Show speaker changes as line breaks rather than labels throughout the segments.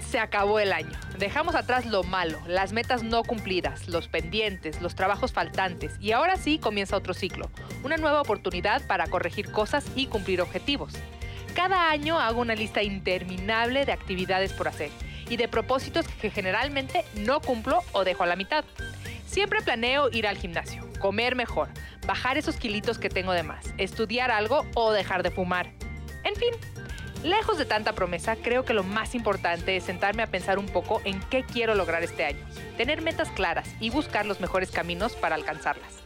se acabó el año. Dejamos atrás lo malo, las metas no cumplidas, los pendientes, los trabajos faltantes y ahora sí comienza otro ciclo, una nueva oportunidad para corregir cosas y cumplir objetivos. Cada año hago una lista interminable de actividades por hacer y de propósitos que generalmente no cumplo o dejo a la mitad. Siempre planeo ir al gimnasio, comer mejor, bajar esos kilitos que tengo de más, estudiar algo o dejar de fumar. En fin, Lejos de tanta promesa, creo que lo más importante es sentarme a pensar un poco en qué quiero lograr este año, tener metas claras y buscar los mejores caminos para alcanzarlas.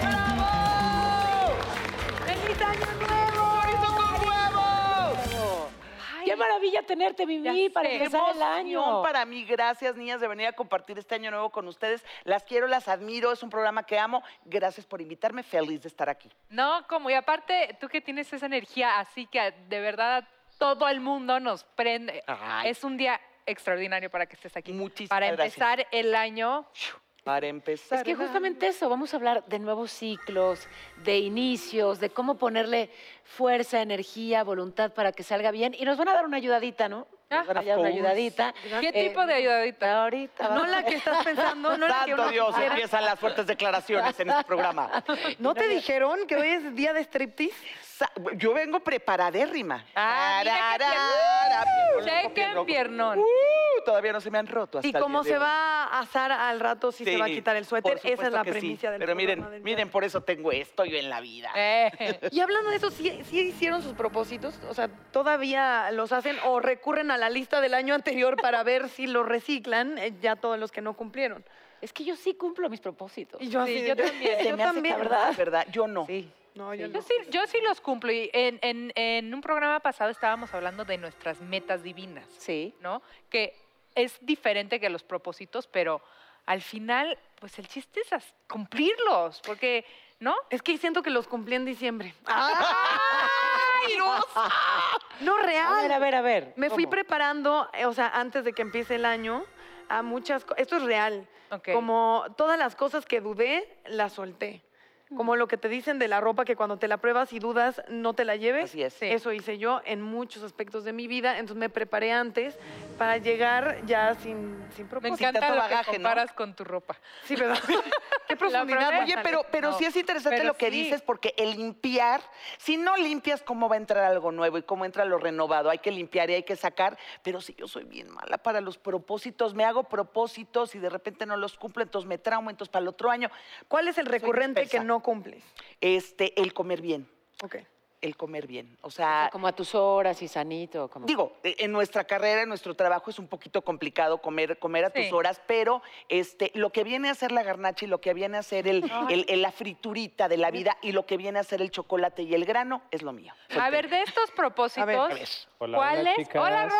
¡Bravo!
¡Feliz año nuevo!
¡Chorizo con huevos!
Ay,
Qué maravilla tenerte, Mimi,
Ya
para
sé,
que empezar el
emoción
año.
para mí. Gracias, niñas, de venir a compartir este año nuevo con ustedes. Las quiero, las admiro. Es un programa que amo. Gracias por invitarme. Feliz de estar aquí.
No, como y aparte, tú que tienes esa energía así que de verdad a todo el mundo nos prende.
Ay.
Es un día extraordinario para que estés aquí.
Muchísimas
Para
gracias.
empezar el año,
Para empezar.
Es que justamente eso, vamos a hablar de nuevos ciclos, de inicios, de cómo ponerle fuerza, energía, voluntad para que salga bien. Y nos van a dar una ayudadita, ¿no?
Ah.
Nos van a dar una
Of course.
ayudadita.
¿qué tipo
Eh,
de ayudadita?
Ahorita.
No
vamos.
la que estás pensando, no la que
Santo
uno
Dios,
quisiera.
empiezan las fuertes declaraciones en este programa.
¿No te dijeron que hoy es día de striptease?
Sa- Yo vengo preparadérrima.
Ah, mira qué
Tararara,
piernón.
piernón,
Chequen
piernón.
piernón.
Uh, todavía no se me han roto. Hasta
Y
el
cómo
día
se
de hoy.
va a asar al rato si se va a
Sí,
quitar el
por
suéter. Esa es
supuesto
la
que sí.
premisa del
Pero
programa del
miren,
día.
miren, por eso tengo esto yo en la vida.
Eh.
Y hablando de eso, ¿sí, sí hicieron sus propósitos? O sea, ¿todavía los hacen o recurren a la lista del año anterior para ver si lo reciclan eh, ya todos los que no cumplieron?
Es que yo sí cumplo mis propósitos.
Y yo así,
Sí,
de-
yo también.
yo
Se me hace
también.
que, ¿verdad?
¿Verdad? Yo no.
Sí. No, yo
Yo
no.
sí, yo sí los cumplo. Y en, en- en un programa pasado estábamos hablando de nuestras metas divinas,
Sí.
¿no? Que es diferente que los propósitos, pero al final, pues el chiste es as- cumplirlos, porque, ¿no?
Es que siento que los cumplí en diciembre.
¡Ay, no!
No, real.
A ver, a ver, a ver.
Me fui
¿Cómo?
preparando, eh, o sea, antes de que empiece el año, a muchas cosas. Esto es real.
Ok.
Como todas las cosas que dudé, las solté. Como lo que te dicen de la ropa, que cuando te la pruebas y dudas, no te la lleves.
Así es.
Sí.
Eso hice yo en muchos aspectos de mi vida. Entonces me preparé antes para llegar ya sin, sin
Me
propósito.
encanta
tu
lo
bagaje,
que
¿no?
comparas con tu ropa.
Sí, ¿verdad? Qué profundidad.
verdad.
Natalia.
Oye, pero, pero
No,
sí es interesante
pero
lo que
sí.
dices, porque el limpiar, si no limpias, ¿cómo va a entrar algo nuevo y cómo entra lo renovado? Hay que limpiar y hay que sacar, pero si yo soy bien mala para los propósitos, me hago propósitos y de repente no los cumplo, entonces me traumo, entonces para el otro año,
¿Cuál es el recurrente que
dispersa.
no cumples?
este, el comer bien,
Ok.
el comer bien. O sea,
Ah, Como a tus horas y sanito. Como...
Digo, e- en nuestra carrera, en nuestro trabajo es un poquito complicado comer, comer a
Sí.
tus horas, pero este, lo que viene a ser la garnacha y lo que viene a ser el, el- el- la friturita de la vida y lo que viene a ser el chocolate y el grano es lo mío.
A ver, de estos propósitos,
A ver.
Hola,
¿cuál
hola,
es?
chicas.
Hola, Ro.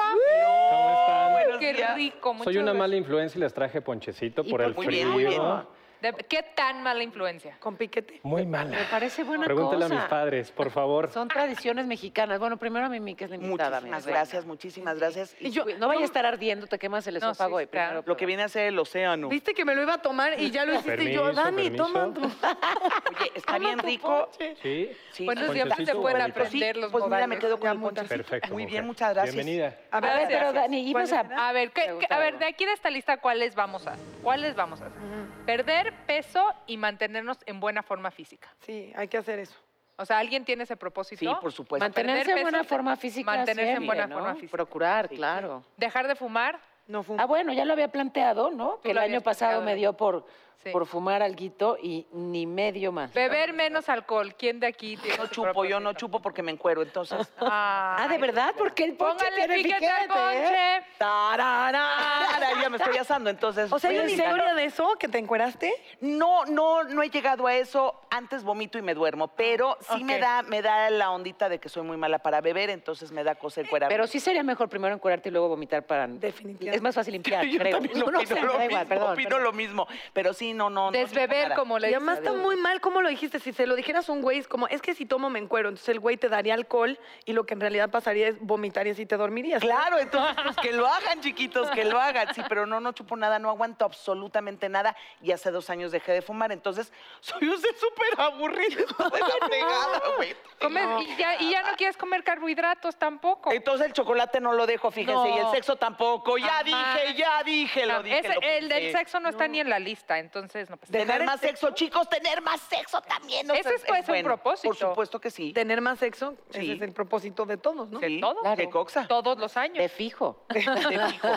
¿Cómo están?
Buenos
Qué
días.
rico. muchas
Soy una
gracias.
mala influencia y les traje ponchecito
Y
por el
muy
frío.
bien, muy bien.
De- ¿Qué tan mala influencia?
Con piquete.
Muy mala.
Me parece buena
Pregúntale
cosa.
a mis padres, por favor.
Son tradiciones mexicanas. Bueno, primero a Mimi, que es la invitada. mi
Muchísimas
reina.
gracias, muchísimas gracias. Y
Y yo,
No vaya a estar ardiendo, te quemas el
No, sí
esófago y
está.
primero.
lo que viene a ser el océano.
Viste que me lo iba a tomar y ya lo hiciste y yo,
Permiso,
Dani,
permiso.
toma tu-
Oye, está bien rico.
Sí.
Sí,
Buenos días,
Ponchecito
se
o
pueden
ahorita.
pues sí,
aprender los
pues mira, me
modales.
quedo con
Ya,
el
muchas-
ponchecito.
Perfecto.
Muy
mujer.
bien, muchas gracias.
Bienvenida.
A ver, pero Dani,
¿Cuál
ibas
será?
a...
A ver, ¿qué- qué- a ver, de aquí de esta lista, ¿cuáles vamos a, cuáles vamos a hacer?
Ujú.
Perder peso y mantenernos en buena forma física.
Sí, hay que hacer eso.
O sea, ¿alguien tiene ese propósito?
Sí, por supuesto.
Pues, Mantenerse
perder
en buena
peso,
forma física.
mantenerse en
siempre,
buena
¿no?
forma física.
Procurar,
Sí,
claro.
Dejar de fumar.
No fue un-
Ah, bueno, ya lo había planteado, ¿no? Que el
lo
año
habías
pasado
planteado,
me
Dani.
dio por,
Sí.
por fumar alguito y ni medio más.
Beber menos alcohol. ¿Quién de aquí tiene
Yo no
ese
chupo, yo no
propósito?
chupo porque me encuero, entonces.
Ay,
Ah, ¿de verdad? Porque el ponche
Póngale
tiene
piquete, al
piquete, ¿eh?
ponche.
Tarara, ya me estoy asando, entonces. pues,
O sea, ¿hay
voy a
una
estar-
historia de eso que te encueraste?
No, no, no he llegado a eso. Antes vomito y me duermo, pero sí me
Ok.
da, me da la ondita de que soy muy mala para beber, entonces me da cosa el cuerpo.
Pero sí sería mejor primero encuerarte y luego vomitar para...
Definitivamente.
es más fácil limpiar,
Yo
creo.
también opino,
No, o sea,
lo,
da
mismo,
igual, perdón,
opino
perdón.
lo mismo. Pero sí, no, no. no,
Desbeber,
no,
como le
Y
dicen.
además está muy mal, ¿cómo lo dijiste? Si se lo dijeras a un güey, es como, es que si tomo me encuero. Entonces el güey te daría alcohol y lo que en realidad pasaría es vomitar y así te dormirías.
Claro, entonces pues, que lo hagan, chiquitos, que lo hagan. Sí, pero no, no chupo nada, no aguanto absolutamente nada. Y hace dos años dejé de fumar, entonces soy un ser súper aburrido. de la fregada, güey.
Comes- y, ya, y ya
Ah.
no quieres comer carbohidratos tampoco.
Entonces el chocolate no lo dejo, fíjense,
No.
y el sexo tampoco. Ya
Jamás.
dije, ya dije, lo dije.
Ah, Ese-
lo
el del
pensé.
sexo no, está ni en la lista, entonces no pasa nada.
Tener más sexo, chicos, tener más sexo también. o
Ese
sea,
es, pues, un propósito.
Por supuesto que sí.
Tener más sexo,
Sí.
ese es el propósito de todos, ¿no?
Sí,
todo.
De coxa.
Todos los años.
De fijo.
De fijo.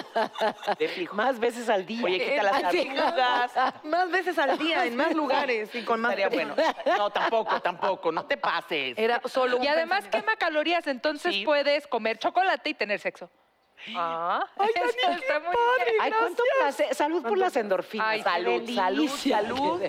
De fijo.
Más veces al día.
Oye, quita las arrugas.
Más veces al día, en más lugares y con más...
Estaría bueno. No, tampoco, tampoco. No te pases.
Era solo un
Y además
pensamiento.
quema calorías, entonces
Sí.
puedes comer chocolate y tener sexo. Ah, eso está muy bien.
Ay, cuánto placer. Salud por las endorfinas.
Ay,
salud,
qué
salud,
delicia.
salud.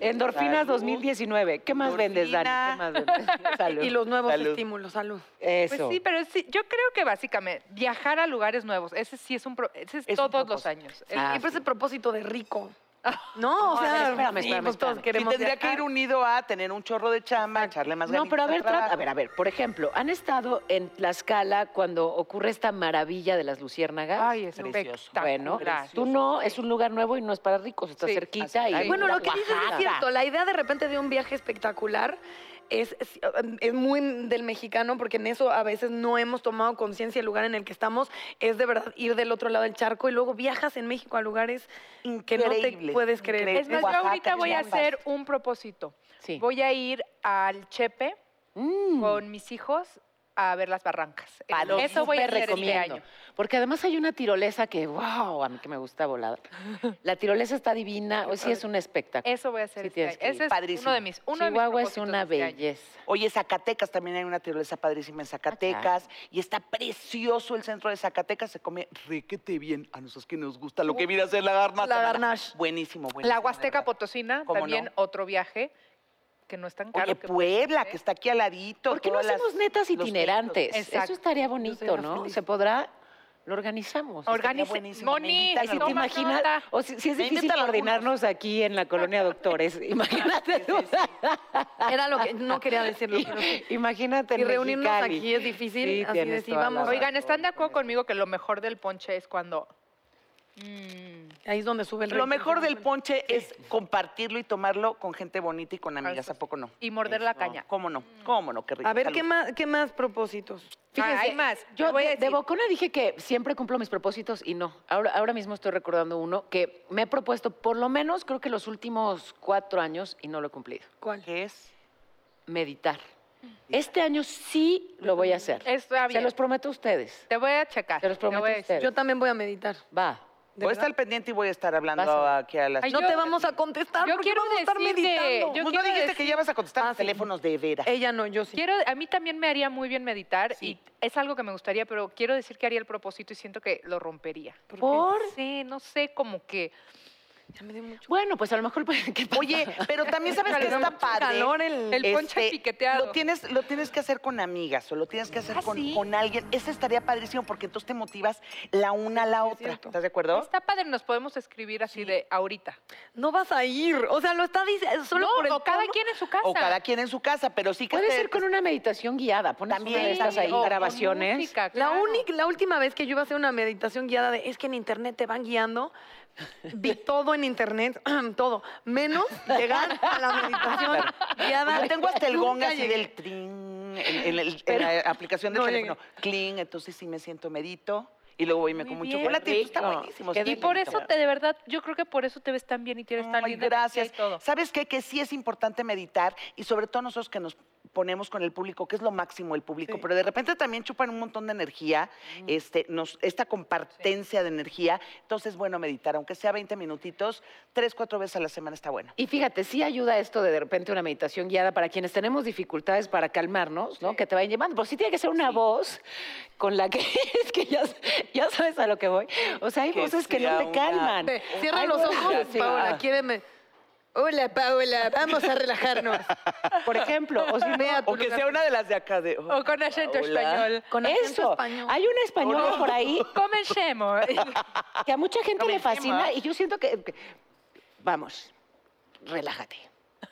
Endorfinas
Salud.
2019. ¿Qué más vendes, Dani? ¿Qué más vendes? Salud.
Y los nuevos
Salud.
estímulos, salud.
Pues
Eso.
sí, pero sí, yo creo que básicamente viajar a lugares nuevos, ese sí es un, pro- ese es,
Es un
todos los
propósito.
años.
Ah,
Siempre
sí.
es el propósito de rico. No, o
No, a ver,
sea,
espérame,
sí,
espérame,
pues todos
espérame.
Sí,
queremos
tendría que
viajar.
ir unido a tener un chorro de chamba, echarle más
No,
ganitas
pero a
al
ver, trata-
trabajo.
a ver, a ver, por ejemplo, ¿han estado en Tlaxcala cuando ocurre esta maravilla de las luciérnagas?
Ay, es
Precioso.
espectacular.
bueno, tú no, es un lugar nuevo y no es para ricos, está
Sí,
cerquita.
así-
Y
Ay,
Bueno,
la
lo que dices es
Oaxaca.
cierto. La idea de repente de un viaje espectacular es, es- es muy del mexicano, porque en eso a veces no hemos tomado conciencia del lugar en el que estamos. Es de verdad ir del otro lado del charco y luego viajas en México a lugares que no te
Increíbles,
puedes creer.
Es
increíbles.
más, yo
Oaxaca,
ahorita voy a
Chiapas.
hacer un propósito.
Sí.
Voy a ir al Chepe
Mm.
con mis hijos a ver las barrancas.
Palo,
Eso voy a
súper
hacer este
recomiendo.
año.
Porque además hay una tirolesa que, wow, a mí que me gusta volar. La tirolesa está divina, o sí es un espectáculo.
Eso voy a hacer
Sí,
este
tienes
año.
que ir.
Ese es
Padrísimo.
uno de mis uno de mis
Chihuahua es
propósitos de
una
este año.
belleza.
Oye, Zacatecas también hay una tirolesa padrísima en Zacatecas y está precioso el centro de Zacatecas. Se come requete bien a nosotros que nos gusta lo que viene a hacer la garnacha.
La
mana.
garnache.
Buenísimo, buenísimo.
La
de
Huasteca
verdad.
Potosina,
¿Cómo
también
no?
otro viaje que no es tan caro.
Oye,
que-
Puebla, que está aquí al ladito.
¿Por qué no
todas las-
hacemos netas
los
itinerantes?
centros. Exacto.
Eso estaría
Yo
bonito,
soy una
¿no?
feliz.
Se podrá, lo organizamos.
Organice-
buenísimo. Me
Moni,
invitan
Ay,
a
si
los-
te
toma
imaginas,
nota.
o si, si es
Me
difícil
invitan algunos.
coordinarnos aquí en la colonia Doctores, imagínate, tú.
Era lo que no quería decirlo. pero sí.
imagínate. en
Y reunirnos
Mexicali.
aquí es difícil.
Sí,
así
tienes
de, sí,
toda la
vamos.
razón.
Oigan, ¿están de acuerdo conmigo que lo mejor del ponche es cuando... Mm,
Ahí es donde sube el
Lo
rating,
mejor del
seguramente.
ponche es compartirlo y tomarlo con gente bonita y con amigas. ¿A poco no?
y morder la caña.
¿Cómo no? ¿Cómo no? Qué rico.
A ver,
Salud.
¿qué más, ¿qué más propósitos?
Ah, hay más.
Yo
Te voy a
de, de
decir.
Bocona dije que siempre cumplo mis propósitos y no. Ahora, ahora mismo estoy recordando uno que me he propuesto por lo menos creo que los últimos cuatro años y no lo he cumplido.
¿Cuál?
¿Qué es?
Meditar. Este año sí lo voy a hacer.
Está
Se
bien.
los prometo a ustedes.
Te voy a checar.
Te los
voy a
prometo a
decir.
ustedes.
Yo también voy a meditar.
Va.
Voy
¿de
a
verdad?
estar pendiente y voy a estar hablando
Vas a ver.
aquí a las
Ay,
No
Yo-
te vamos a contestar.
yo
porque
quiero
vamos a estar
decir que-
meditando.
yo
Pues no
quiero
dijiste que
decir-
ya vas a contestar
Ah,
los
sí.
teléfonos de veras.
Ella no, yo sí.
Quiero, a mí también me haría muy bien meditar
Sí.
y es algo que me gustaría, pero quiero decir que haría el propósito y siento que lo rompería.
¿Por qué?
Sí, no sé, como que...
Ya me dio mucho
Bueno, pues a lo mejor... ¿qué pasa?
Oye, pero también sabes que
Híjole, da
está
mucho
padre. Este,
calor el-
El ponche piqueteado.
Lo tienes, lo tienes que hacer con amigas o lo tienes que hacer
Ah,
con,
sí.
con alguien. Esa estaría padrísimo porque entonces te motivas la una a la
es
otra.
cierto.
¿Estás de acuerdo?
Está padre, nos podemos escribir así de ahorita.
No vas a ir. O sea, lo está diciendo solo
no,
por el
o cada
tono.
quien en su casa.
O cada quien en su casa, pero sí que
Puede
esté- pues,
ser con una meditación guiada. Pones
También,
una de estas ahí,
o con
grabaciones.
música,
La,
claro.
única- la última vez que yo iba a hacer una meditación guiada de es que en internet te van guiando, vi todo en internet, todo, menos llegar a la meditación guiada.
Yo tengo hasta el
Nunca
gong así
llegué.
del trin en, en el- en la aplicación del
no
teléfono. Cling, entonces sí me siento medito y luego voy y me
Muy
como
bien,
un chocolate. Eso está
rico.
buenísimo.
Qué
sí.
Y por eso, te, de verdad, yo creo que por eso te ves tan bien y tienes tan
Ay,
linda energía
gracias.
y todo.
¿Sabes qué? Que sí es importante meditar y sobre todo nosotros que nos ponemos con el público, que es lo máximo el público, pero de repente también chupan un montón de energía, este, nos, esta compartencia de energía. Entonces, bueno, meditar, aunque sea 20 minutitos, tres, cuatro veces a la semana está bueno.
Y fíjate, sí ayuda esto de de repente una meditación guiada para quienes tenemos dificultades para calmarnos, ¿no? Que te vayan llevando. Pero sí tiene que ser una voz con la que es que ya, ya sabes a lo que voy. O sea, hay
Que
voces que
sea
no te
una-
calman.
Cierra
Hay
los
voces-
ojos,
sí,
Paola,
ah.
quiéreme. Hola, Paola, vamos a relajarnos.
Por ejemplo, o si no,
Ve a tu
O que
lugar.
sea una de las de acá de. Ah,
O con acento
Hola.
español.
Con acento
eso.
español.
Hay una española por ahí
Comencemos.
que a mucha gente le
Comencemos.
fascina y yo siento que, que- vamos, relájate.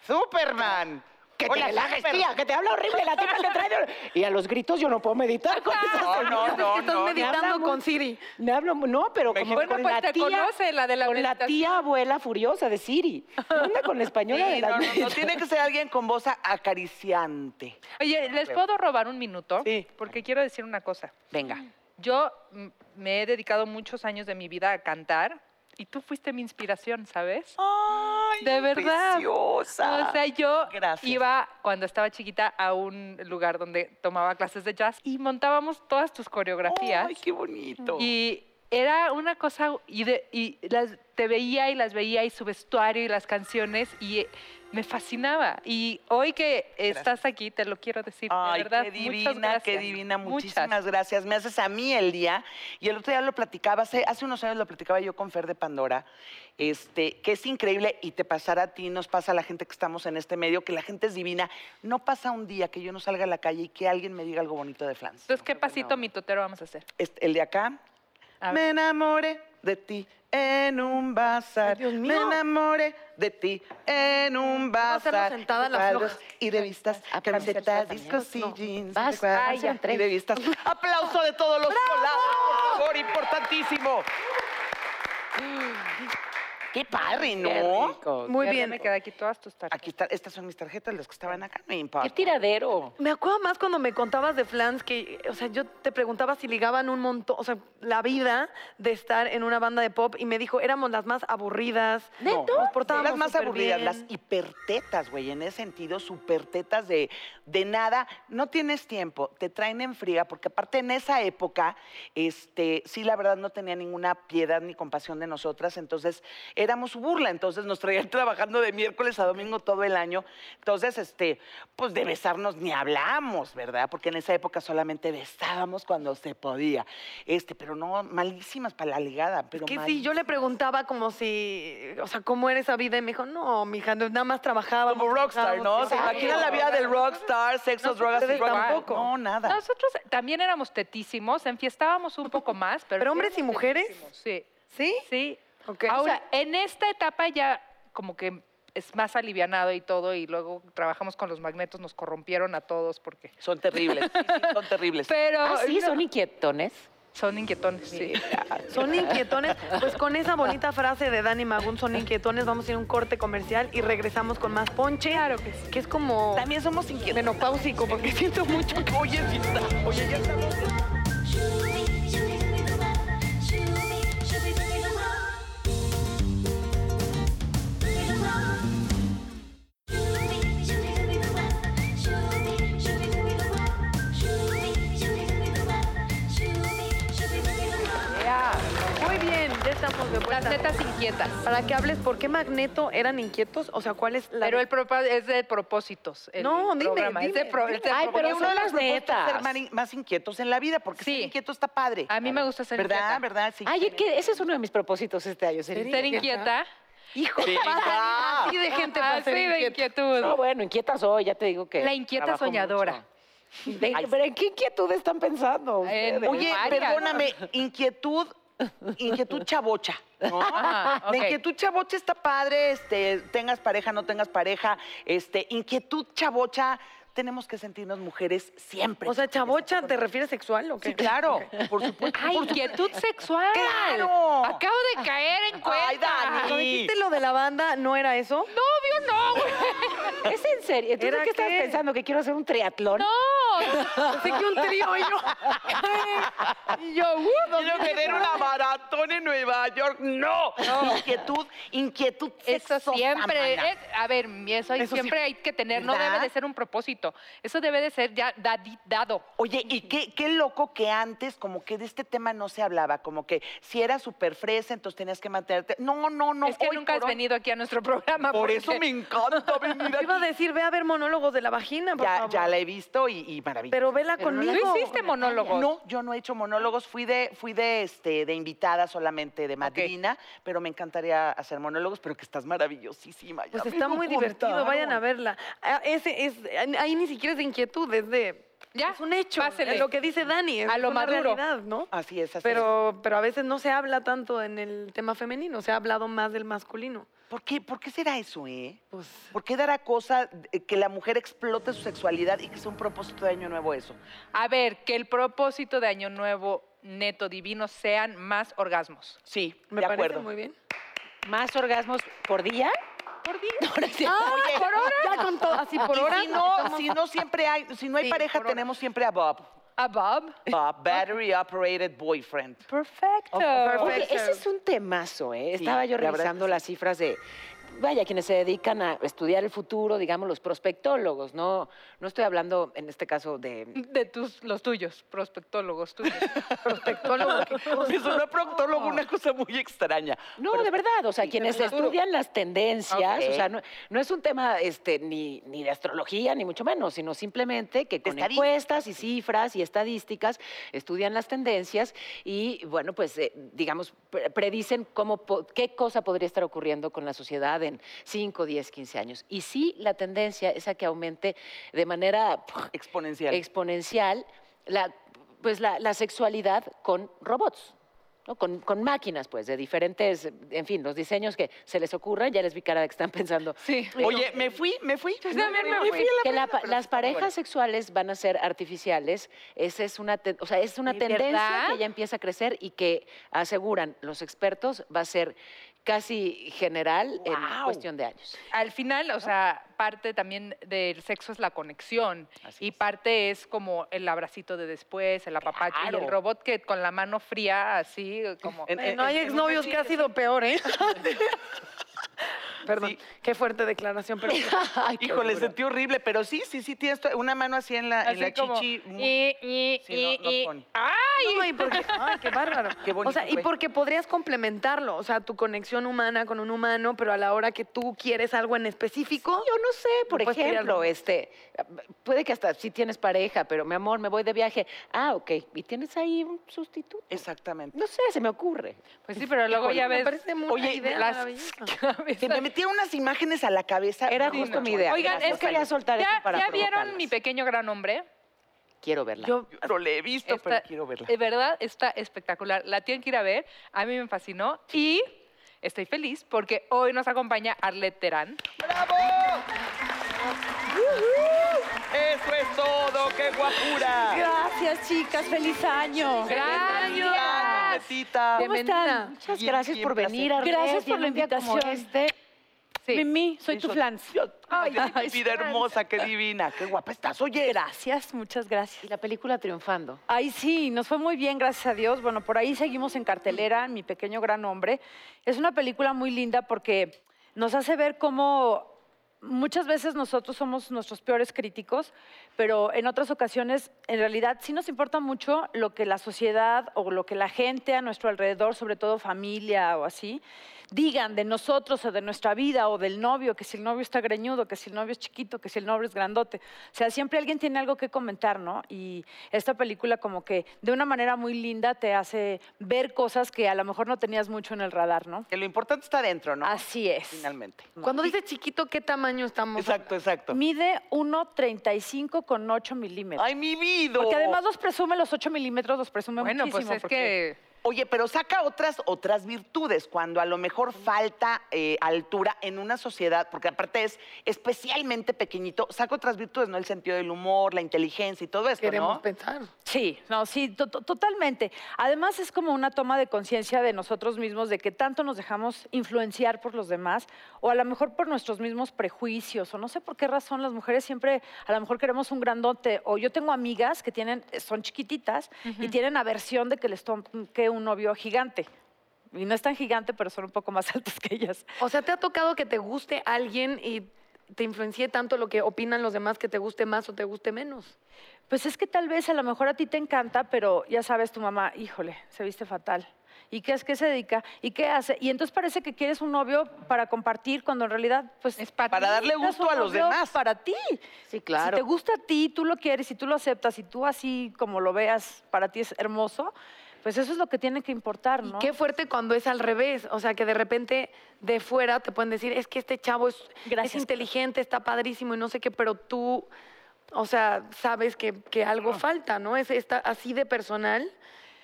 Superman.
Que te
Hola,
relajes,
Super-
tía, que te habla horrible, la tipa te trae de- Y a los gritos yo no puedo meditar con esa
No,
señora.
no,
Es que
no,
estás
no, me
meditando
habla
con
mucho.
Siri.
Me hablo, no, pero como
Bueno,
con,
pues
la
te
tía,
conoce la de la
con la
meditación.
tía abuela furiosa de Siri. ¿Qué onda con la española de
Sí,
la
no, no, no, tiene que ser alguien con voz a- acariciante.
Oye, ¿les puedo robar un minuto?
Sí.
Porque quiero decir una cosa.
Venga.
Yo mm, me he dedicado muchos años de mi vida a cantar y tú fuiste mi inspiración, ¿sabes?
Ay,
De verdad.
Preciosa.
O sea, yo
Gracias.
iba cuando estaba chiquita a un lugar donde tomaba clases de jazz y montábamos todas tus coreografías.
Ay, qué bonito.
Y era una cosa, y, de- y las, te veía y las veía y su vestuario y las canciones y eh, me fascinaba. Y hoy que estás aquí, te lo quiero decir,
Ay,
de verdad.
qué
muchas
divina, qué
gracias.
divina.
Muchas.
Muchísimas gracias. Me haces a mí el día. Y el otro día lo platicaba, hace, hace unos años lo platicaba yo con Fer de Pandora, este, que es increíble y te pasará a ti, nos pasa a la gente que estamos en este medio, que la gente es divina. No pasa un día que yo no salga a la calle y que alguien me diga algo bonito de Flans.
Entonces, ¿qué pasito mitotero vamos a hacer?
Este, el de acá.
A
Me
ver.
enamoré de ti en un bazar.
Ay, Dios
Me
mío.
enamoré de ti en un
hacerlo
bazar.
sentada en la
Cuadros
floja.
y revistas,
Ah, pero vamos a hacer
camisetas,
también.
discos y
No.
jeans.
Vas,
cuadros
ay, ya.
y revistas. Aplauso de todos los colados, por favor, importantísimo. Qué padre, ¿no?
Muy
Ya
bien.
Me quedé aquí todas tus tarjetas.
Aquí está, estas son mis tarjetas, las que estaban acá, no importa.
¡Qué tiradero!
Me acuerdo más cuando me contabas de flans que, o sea, yo te preguntaba si ligaban un montón, o sea, la vida de estar en una banda de pop y me dijo, éramos las más aburridas.
No,
Nos
Son
portábamos
las más
súper
aburridas,
bien.
las hipertetas, güey, en ese sentido, supertetas de, de nada. No tienes tiempo, te traen en fría, porque aparte en esa época, este, sí, la verdad, no tenía ninguna piedad ni compasión de nosotras, entonces éramos su burla, entonces nos traían trabajando de miércoles a domingo todo el año. Entonces, este, pues de besarnos ni hablamos, ¿verdad? Porque en esa época solamente besábamos cuando se podía. Este, pero no, malísimas para la ligada, pero
Que sí, yo le preguntaba como si, o sea, ¿cómo era esa vida? Y me dijo, no, mija, nada más trabajaba.
Como rockstar, ¿no? ¿Se
Exacto.
imaginan la vida del rockstar, sexo,
No,
drogas y
ustedes
rock?
tampoco.
No, nada.
Nosotros también éramos tetísimos, enfiestábamos un poco más, pero.
¿Pero hombres y
éramos
mujeres?
tetísimos, Sí.
¿Sí?
Sí.
Ok.
Ahora, en esta etapa ya como que es más alivianado y todo, y luego trabajamos con los magnetos, nos corrompieron a todos porque...
Son terribles, sí, sí, son terribles.
Pero
Ah, sí,
no,
son inquietones.
son inquietones, sí.
Son inquietones. Pues con esa bonita frase de Dani Magún, son inquietones, vamos a ir a un corte comercial y regresamos con más ponche. Claro que sí. Que es como
También somos inquietos.
menopáusico, porque siento mucho.
Oye, sí está. Oye, ya estamos.
Shooby, shooby, dooby, doo wop. Shooby, shooby, dooby, doo wop. Dooby, doo wop. Shooby, shooby, dooby, doo wop. Shooby, shooby, dooby, doo wop. Shooby, shooby, dooby, doo wop. Shooby, shooby, dooby, doo wop.
Muy bien, ya estamos de
Las
vuelta.
netas inquietas.
Para que hables, ¿por qué Magneto eran inquietos? O sea, ¿cuál es la...
Pero el propa- es de propósitos. el
No, dime,
programa, es de
dime,
pro-
dime.
es de
Ay,
pro-
pero
Porque uno de
son
los
las
propósitos es
netas.
ser mani- más inquietos en la vida, porque
Sí.
ser inquieto está padre.
A mí me gusta ser
¿Verdad?
inquieta.
¿Verdad? Sí.
Ay, es que ese es uno de mis propósitos este año. ser
ser inquieta.
Hijo,
Sí,
pasan
va.
así de gente para
Ah, sí,
ser
de
inquieto.
inquietud.
No, bueno, inquieta soy, ya te digo que.
La inquieta
trabajo
soñadora.
mucho. De- pero ¿en qué inquietud están pensando?
En-
ustedes?
Oye,
varias.
perdóname, inquietud, inquietud chabocha, ¿no?
Ajá, ok.
La inquietud chabocha está padre, este, tengas pareja, no tengas pareja, este, inquietud chabocha, tenemos que sentirnos mujeres siempre. Este,
O sea, ¿chabocha te refieres sexual o qué?
Sí, claro, por supuesto.
Ay,
por supuesto.
inquietud sexual.
¡Claro!
Acabo de caer en cuenta.
Ay, Dani.
Cuando dijiste lo de la banda, ¿no era eso?
Obvio no, güey.
¿Es en serio? ¿Entonces
¿Era
qué, estás
qué?
pensando? ¿Que quiero hacer un triatlón?
No.
Pensé que un trío y yo... y yo, uh,
Quiero tener una maratón en Nueva York. ¡No! Inquietud, inquietud
Eso
pues, sexosa,
siempre,
mana.
es- a ver, mi- eso, hay-
Eso
siempre
sí-
hay que tener, no
¿Verdad?
debe de ser un propósito, eso debe de ser ya dadi- dado.
Oye, y qué, qué loco que antes como que de este tema no se hablaba, como que si era súper fresa, entonces tenías que mantenerte. No, no, no.
es que
hoy
nunca has
por hoy-
venido aquí a nuestro programa.
Por eso
porque-
me encanta venir
Iba a
aquí.
decir, ve a ver monólogos de la vagina, por
Ya,
favor.
ya la he visto y, y maravilla.
Pero vela
Pero no la-
conmigo.
¿No hiciste monólogos?
No, yo no he hecho monólogos, fui de, fui de, este, de invitada solamente, de madrina, pero me encantaría hacer monólogos, pero que estás maravillosísima. ya
Pues
me
está
lo
muy divertido,
contaron.
vayan a verla. Ah, Ese es, ahí ni siquiera es de inquietud, es de
Ya,
es un hecho.
pásele.
Lo que dice Dani, es
A lo
una
maduro.
realidad, ¿no?
Así es, así es.
Pero, pero a veces no se habla tanto en el tema femenino, se ha hablado más del masculino.
¿Por qué, ¿Por qué será eso, eh?
Pues,
¿Por qué dará cosa de- que la mujer explote su sexualidad y que sea un propósito de año nuevo eso?
A ver, que el propósito de Año Nuevo neto divino sean más orgasmos.
Sí,
me
de
parece
acuerdo.
muy bien.
¿Más orgasmos por día?
Ah, Por día.
Ah,
Oye,
¿Por hora? Ya con todo, así por
y
hora.
si no, si no siempre hay, si no hay
Sí,
pareja,
por hora.
tenemos siempre a Bob.
A Bob.
Bob, battery operated boyfriend.
Perfecto.
Oye,
Perfecto.
ese es un temazo, ¿eh?
Sí,
Estaba yo
la verdad
revisando
que sí.
las cifras de, vaya, quienes se dedican a estudiar el futuro, digamos, los prospectólogos, ¿no? No estoy hablando, en este caso, de...
De tus, los tuyos, prospectólogos tuyos. Prospectólogos.
Me sonó a proctólogo una cosa muy extraña.
No, de verdad, o sea, quienes
futuro.
estudian las tendencias,
Ok.
o sea, no, no es un tema este, ni, ni de astrología, ni mucho menos, sino simplemente que con
estadística.
encuestas y cifras y estadísticas estudian las tendencias y, bueno, pues, eh, digamos, pre- predicen cómo, po- qué cosa podría estar ocurriendo con la sociedad en 5, 10, 15 años. Y sí, la tendencia es a que aumente de manera puf,
Exponencial.
exponencial la, pues la, la sexualidad con robots. ¿no? Con, con máquinas, pues, de diferentes, en fin, los diseños que se les ocurran, ya les vi cara de que están pensando.
Sí.
Oye, me fui, me fui.
Yo también me fui.
que la pa-
pero
las
está muy
parejas
bueno.
sexuales van a ser artificiales, esa es una, ten- o sea, es una
¿De
tendencia
verdad?
que ya empieza a crecer y que aseguran los expertos va a ser casi general en
¡Guau!
cuestión de años.
Al final, o sea, parte también del sexo es la conexión
Así
y
es.
parte es como el abracito de después, el apapacho y
Claro.
el robot que con la mano fría así como
En-
Eh, no hay
en-
exnovios que ha sido peor, ¿eh? Perdón, qué fuerte declaración, pero
Ay, qué
Híjole,
duro.
sentí horrible, pero sí, sí, sí, tienes to- una mano así en la, en
así
la
como,
chichi. muy-
y, y,
Sí, no, no
y, y-
pone.
¡Ay!
No, y porque, ay, qué bárbaro.
Qué bonito
o sea, y
fue.
porque podrías complementarlo, o sea, tu conexión humana con un humano, pero a la hora que tú quieres algo en específico,
Yo no sé, por
puedes pedir
ejemplo,
algo.
este, puede que hasta si tienes pareja, pero mi amor, me voy de viaje. Ah, ok. Y tienes ahí un sustituto.
Exactamente.
No sé, se me ocurre.
Pues sí, pero luego
Híjole,
ya
me
ves.
parece muy-
oye,
una idea
las
maravillosa.
Que me
cabezas.
metía unas imágenes a la cabeza.
Era
Sí,
justo
no.
mi idea.
Oigan,
Gracias,
es que
Ale. soltar
ya,
eso para
ya vieron
provocarlas.
mi pequeño gran hombre.
Quiero verla.
yo
Yo no le he visto, pero
Está-
quiero verla.
De verdad, está espectacular. La tienen que ir a ver. A mí me fascinó y estoy feliz porque hoy nos acompaña Arlet Terán.
¡Bravo! ¡Eso es todo! ¡Qué guapura!
Gracias, chicas. Feliz año.
¡Gracias!
Necesita.
Te
¿Cómo
Bienvenida.
están? Muchas
Bien,
gracias
bien,
por venir.
placer.
Arlet,
Gracias
y en
por la
un día como
invitación.
este.
Sí.
Mimi, soy tu flans.
Ay,
Ay,
qué vida hermosa, qué divina, qué guapa estás. Oye,
Gracias, muchas
Y
gracias.
la película triunfando.
Ay, sí, nos fue muy bien, gracias a Dios. Bueno, por ahí seguimos en cartelera, Mi Pequeño Gran Hombre. Es una película muy linda porque nos hace ver cómo muchas veces nosotros somos nuestros peores críticos, pero en otras ocasiones, en realidad, sí nos importa mucho lo que la sociedad o lo que la gente a nuestro alrededor, sobre todo familia o así, digan de nosotros o de nuestra vida o del novio, que si el novio está greñudo, que si el novio es chiquito, que si el novio es grandote. O sea, siempre alguien tiene algo que comentar, ¿no? Y esta película como que de una manera muy linda te hace ver cosas que a lo mejor no tenías mucho en el radar, ¿no?
que lo importante está adentro, ¿no?
Así es.
Finalmente.
cuando dices chiquito, ¿qué tamaño estamos?
Exacto, exacto.
Mide 1,35 con 8 milímetros.
¡Ay, mi vida!
Porque además los presume, los 8 milímetros los presume
Bueno,
muchísimo.
pues es
porque-
que
Oye, pero saca otras, otras virtudes cuando a lo mejor falta eh, altura en una sociedad, porque aparte es especialmente pequeñito, saca otras virtudes, ¿no? El sentido del humor, la inteligencia y todo esto,
Queremos
¿no?
pensar.
Sí, no, sí, to- to- totalmente. Además es como una toma de conciencia de nosotros mismos, de que tanto nos dejamos influenciar por los demás, o a lo mejor por nuestros mismos prejuicios, o no sé por qué razón las mujeres siempre, a lo mejor queremos un grandote, o yo tengo amigas que tienen, son chiquititas y tienen aversión de que les toque un novio gigante. Y no es tan gigante, pero son un poco más altas que ellas.
O sea, ¿te ha tocado que te guste alguien y te influencie tanto lo que opinan los demás que te guste más o te guste menos?
Pues es que tal vez a lo mejor a ti te encanta, pero ya sabes, tu mamá, híjole, se viste fatal. ¿Y qué es que se dedica? ¿Y qué hace? Y entonces parece que quieres un novio para compartir cuando en realidad pues
Es para
Para
ti.
darle
necesitas
gusto
un
a los
novio
demás.
Para ti.
Sí, claro.
Si te gusta a ti, tú lo quieres, si tú lo aceptas, si tú así como lo veas, para ti es hermoso, pues eso es lo que tiene que importar,
Y
¿no?
qué fuerte cuando es al revés, o sea, que de repente de fuera te pueden decir, es que este chavo es, es
Gracias.
inteligente, está padrísimo y no sé qué, pero tú, o sea, sabes que, que algo falta, ¿no? Es está así de personal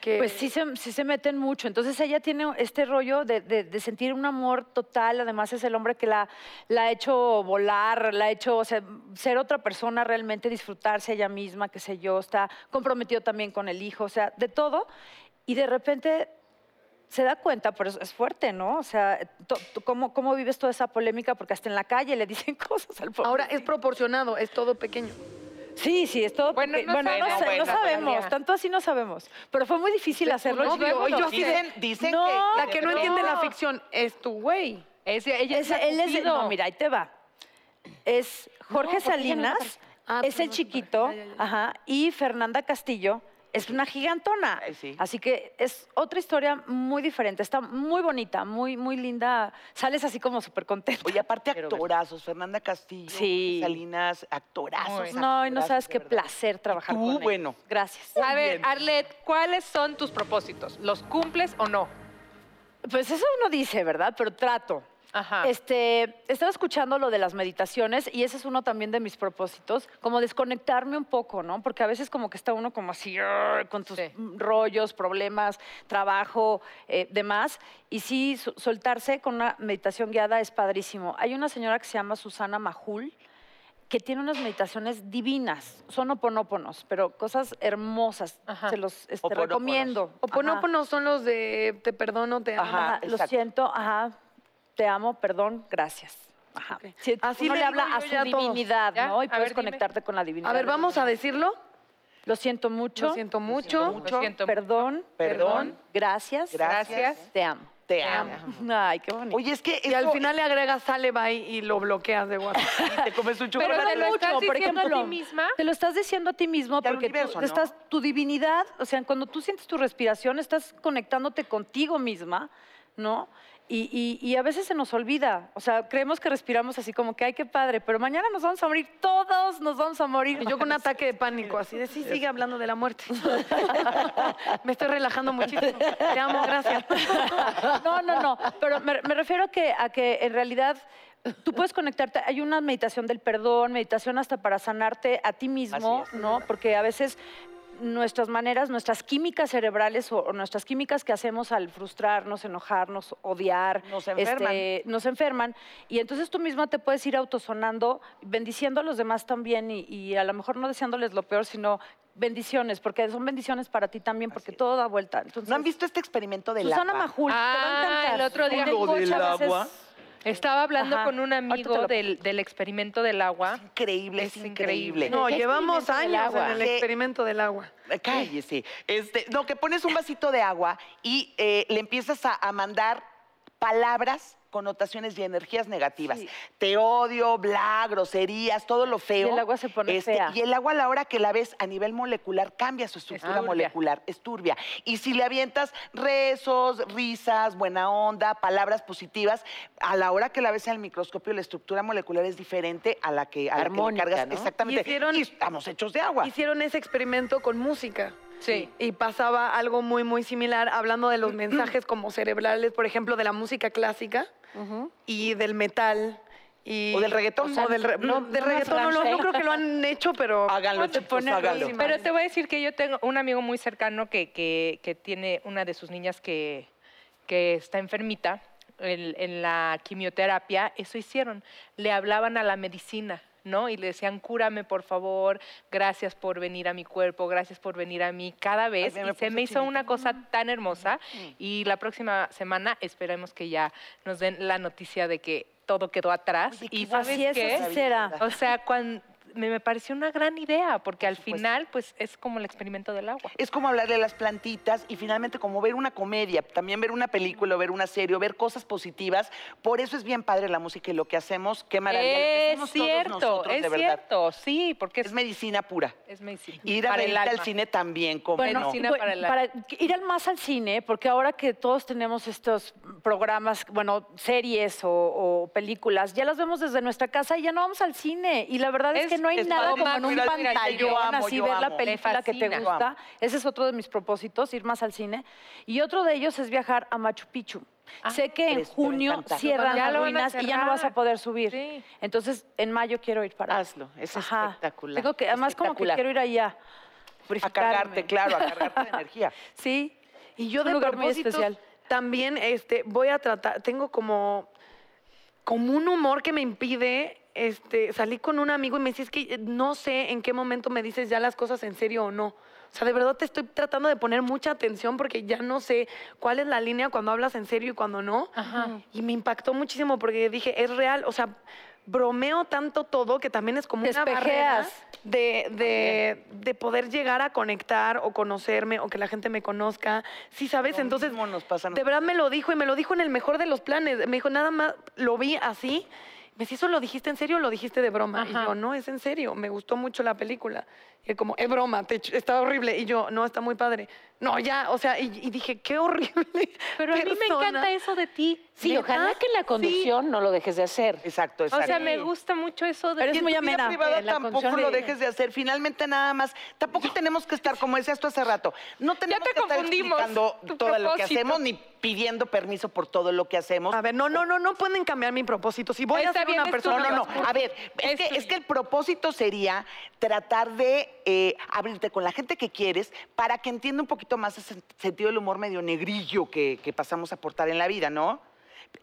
que...
Pues sí se, sí se meten mucho. Entonces ella tiene este rollo de, de- de sentir un amor total. Además es el hombre que la, la ha hecho volar, la ha hecho o sea, ser otra persona realmente, disfrutarse ella misma, qué sé yo. Está comprometido también con el hijo, o sea, de todo. Y de repente se da cuenta, pero es, es fuerte, ¿no? O sea, to- to- ¿cómo, ¿cómo vives toda esa polémica? Porque hasta en la calle le dicen cosas al pobre.
Ahora es proporcionado, es todo pequeño.
Sí, sí, es todo.
Bueno,
porque-
no sé, no,
no, sé, no
bueno,
sabemos,
todavía.
tanto así no sabemos. Pero fue muy difícil hacerlo.
no,
yo digo,
digo,
"Oye,
yo así de-
Dicen, dicen
No,
que...
La que no entiende la
No.
ficción es tu güey.
Es- ella
Es, él es,
Cupido.
no, mira, ahí te va. Es Jorge
porque ella no es
Salinas,
pareja. Ah,
es el
perdón,
chiquito,
ya, ya, ya.
ajá, y Fernanda Castillo es una gigantona.
Ay, sí.
Así que es otra historia muy diferente. Está muy bonita, muy, muy linda. Sales así como súper contenta.
Oye, aparte actorazos, Fernanda Castillo,
Sí.
Salinas, actorazos.
no, y no
actorazos,
sabes qué
de verdad.
placer trabajar
tú,
con ellos.
bueno.
Gracias.
A ver, Arlet, ¿cuáles son tus propósitos? ¿Los cumples o no?
Pues eso uno dice, ¿verdad? Pero trato.
Ajá.
Este, estaba escuchando lo de las meditaciones y ese es uno también de mis propósitos, como desconectarme un poco, ¿no? Porque a veces como que está uno como así "Arr", con tus
Sí.
rollos, problemas, trabajo, eh, demás. Y sí, su- soltarse con una meditación guiada es padrísimo. Hay una señora que se llama Susana Majul que tiene unas meditaciones divinas, son oponóponos, pero cosas hermosas,
Ajá.
se los este,
Oponoponos.
recomiendo. Ajá.
Oponóponos son los de te perdono, te amo.
Ajá.
Ajá, lo
exacto.
siento, ajá, te amo, perdón, gracias. Ajá.
Ok.
Sí,
Así
uno
le
le,
digo
habla
yo
a su
ya a todos.
divinidad,
Ya,
¿no? Y
a
puedes
ver, dime.
conectarte con la divinidad.
A ver, vamos a decirlo.
Lo siento mucho.
Lo siento mucho.
Lo siento.
Perdón.
Perdón.
Gracias.
Gracias.
Te amo.
Te
amo.
amo.
Ay, qué bonito.
Oye, es que
Y al
eso-
final le agregas sale bye y lo bloqueas de WhatsApp.
te comes un
Pero
chocolate.
te lo
mucho,
estás
por
diciendo a
ejemplo.
ti misma.
Te lo estás diciendo a ti mismo
Y al
porque tú
universo, ¿no?
estás tu divinidad, o sea, cuando tú sientes tu respiración, estás conectándote contigo misma, ¿no? Y, y- y a veces se nos olvida, o sea, creemos que respiramos así como que, ay, qué padre, pero mañana nos vamos a morir, todos nos vamos a morir.
Y yo con un ataque de pánico, así de sí, sigue hablando de la muerte. Me estoy relajando muchísimo. Te amo, gracias.
No, no, no. Pero me, me refiero a que, a que en realidad tú puedes conectarte. Hay una meditación del perdón, meditación hasta para sanarte a ti mismo,
Así es.
¿no? Porque a veces nuestras maneras, nuestras químicas cerebrales o, o nuestras químicas que hacemos al frustrarnos, enojarnos, odiar,
Nos enferman.
este, nos enferman. Y entonces tú misma te puedes ir autosonando, bendiciendo a los demás también y, y a lo mejor no deseándoles lo peor, sino bendiciones, porque son bendiciones para ti también, porque todo da vuelta. Entonces,
¿No han visto este experimento de
Susana
lava?
Majul, te va a
Ah,
encantar.
el otro día-
Ponte
Lo
en
del
coche, a veces-
agua.
Estaba hablando
Ajá.
con un
Ahorita te
amigo
lo-
del, del experimento del agua.
Increíble, es,
Es
increíble.
increíble.
No,
¿Qué
llevamos
experimento del
años en
agua?
el
Sí.
experimento del agua.
Eh, Cállese. Este, no, que pones un vasito de agua y eh, le empiezas a, a mandar palabras, connotaciones y energías negativas.
Sí.
Te odio, bla, groserías, todo lo feo. este,
Y el agua se pone fea.
Y el agua a la hora que la ves a nivel molecular cambia su estructura
Ah,
turbia.
molecular, es turbia. Y si le avientas rezos, risas, buena onda, palabras positivas, a la hora que la ves en el microscopio la estructura molecular es diferente a la que, a la que le
Armónica,
cargas.
¿no?
Exactamente.
Y hicieron-
Y estamos hechos de agua.
Hicieron ese experimento con música.
Sí.
Y pasaba algo muy, muy similar, hablando de los mensajes como cerebrales, por ejemplo, de la música clásica y del metal. Y,
O del reggaetón.
O sea, del re-
no-
no, del
no
reggaetón no,
nos
lo- no
lancé.
creo que lo han hecho, pero...
Háganlo,
Pues, te
chicos,
pone
háganlo.
rojísima.
Pero te voy a decir que yo tengo un amigo muy cercano que, que- que tiene una de sus niñas que, que está enfermita en, en la quimioterapia. Eso hicieron. Le hablaban a la medicina, ¿no? Y le decían, cúrame, por favor. Gracias por venir a mi cuerpo. Gracias por venir a mí cada vez.
Ay, me
y se
puse
me hizo una cosa tan hermosa. Y la próxima semana esperemos que ya nos den la noticia de que todo quedó atrás.
Oye, qué
y
guapa
¿sabes
Así es,
qué?
así será.
O sea, cuando me, me pareció una gran idea, porque al final, pues, es como el experimento del agua.
Es como hablarle a las plantitas y finalmente como ver una comedia, también ver una película, o ver una serie, o ver cosas positivas. Por eso es bien padre la música y lo que hacemos, qué maravilla. lo que
Es
hacemos todos
cierto,
nosotros, de
es
verdad.
cierto, sí, porque es,
Es medicina pura.
es medicina.
Ir a
para el
reírte al
alma.
cine también, como
Bueno,
no.
sí, Medicina para el
que- pues, ir al más al cine, porque ahora que todos tenemos estos programas, bueno, series o, o películas, ya las vemos desde nuestra casa y ya no vamos al cine. Y la verdad es,
Es-
que no hay
es
nada
como
como en un
ir al cine, yo
pantallón
amo,
así
yo
ver
amo.
la
Me
película que te
fascina.
Yo amo.
gusta. Ese es otro de mis propósitos, ir más al cine. Y otro de ellos es viajar a Machu Picchu.
Ah,
sé que en
pues, te va a
junio
encantar.
cierran
Ya
las
lo van a
ruinas y ya no vas a
cerrar.
poder subir.
Sí.
Entonces, en mayo quiero ir
Ah,
para
Hazlo, es
Ajá.
espectacular.
Tengo que, además, como que
espectacular.
quiero ir allá.
A cargarte,
purificarme.
claro, a cargarte de energía.
Sí.
Y yo
Es un
de
lugar muy
propósitos
especial.
también este, voy a tratar, tengo como, como un humor que me impide este, salir con un amigo y me dice, es que eh, no sé en qué momento me dices ya las cosas en serio o no. O sea, de verdad te estoy tratando de poner mucha atención porque ya no sé cuál es la línea cuando hablas en serio y cuando no. Y me impactó muchísimo porque dije, es real, o sea, bromeo tanto todo que también es como
Te
una barrera
espejeas.
de, de- de poder llegar a conectar o conocerme o que la gente me conozca. Sí, ¿sabes?
Lo
Entonces,
mismo nos pasa a
de verdad me lo dijo y me lo dijo en el mejor de los planes. Me dijo, nada más, lo vi así. Me dice, ¿eso lo dijiste en serio o lo dijiste de broma? Y yo, no, es en serio. Me gustó mucho la película. Y él como, es broma, te ch- está horrible. Y yo, no, está muy padre. No, ya, o sea, y, y dije, qué horrible
Pero a mí me
persona".
encanta eso de ti.
Sí,
¿Neta?
ojalá
Ah,
que en la
Sí.
conducción no lo dejes de hacer.
Exacto,
O
exacto.
sea, me gusta mucho eso de
Eres
ti.
muy
tu vida
amena.
privada
Eh, la
tampoco
condición
lo
de-
dejes de hacer. Finalmente nada más. Tampoco tenemos que estar, como decías tú hace rato, no tenemos
te
que estar
confundimos,
explicando
tu
todo lo que
propósito. Ah,
hacemos ni pidiendo permiso por todo lo que hacemos.
A ver, no, no, no, no pueden cambiar mi propósito. Si voy
Está
a ser
bien,
una
es tu
persona...
No, no, no.
Discurso.
A ver, es,
Es
que,
tuyo.
es que el propósito sería tratar de eh, abrirte con la gente que quieres para que entienda un poquito más ese sentido del humor medio negrillo que, que pasamos a aportar en la vida, ¿no?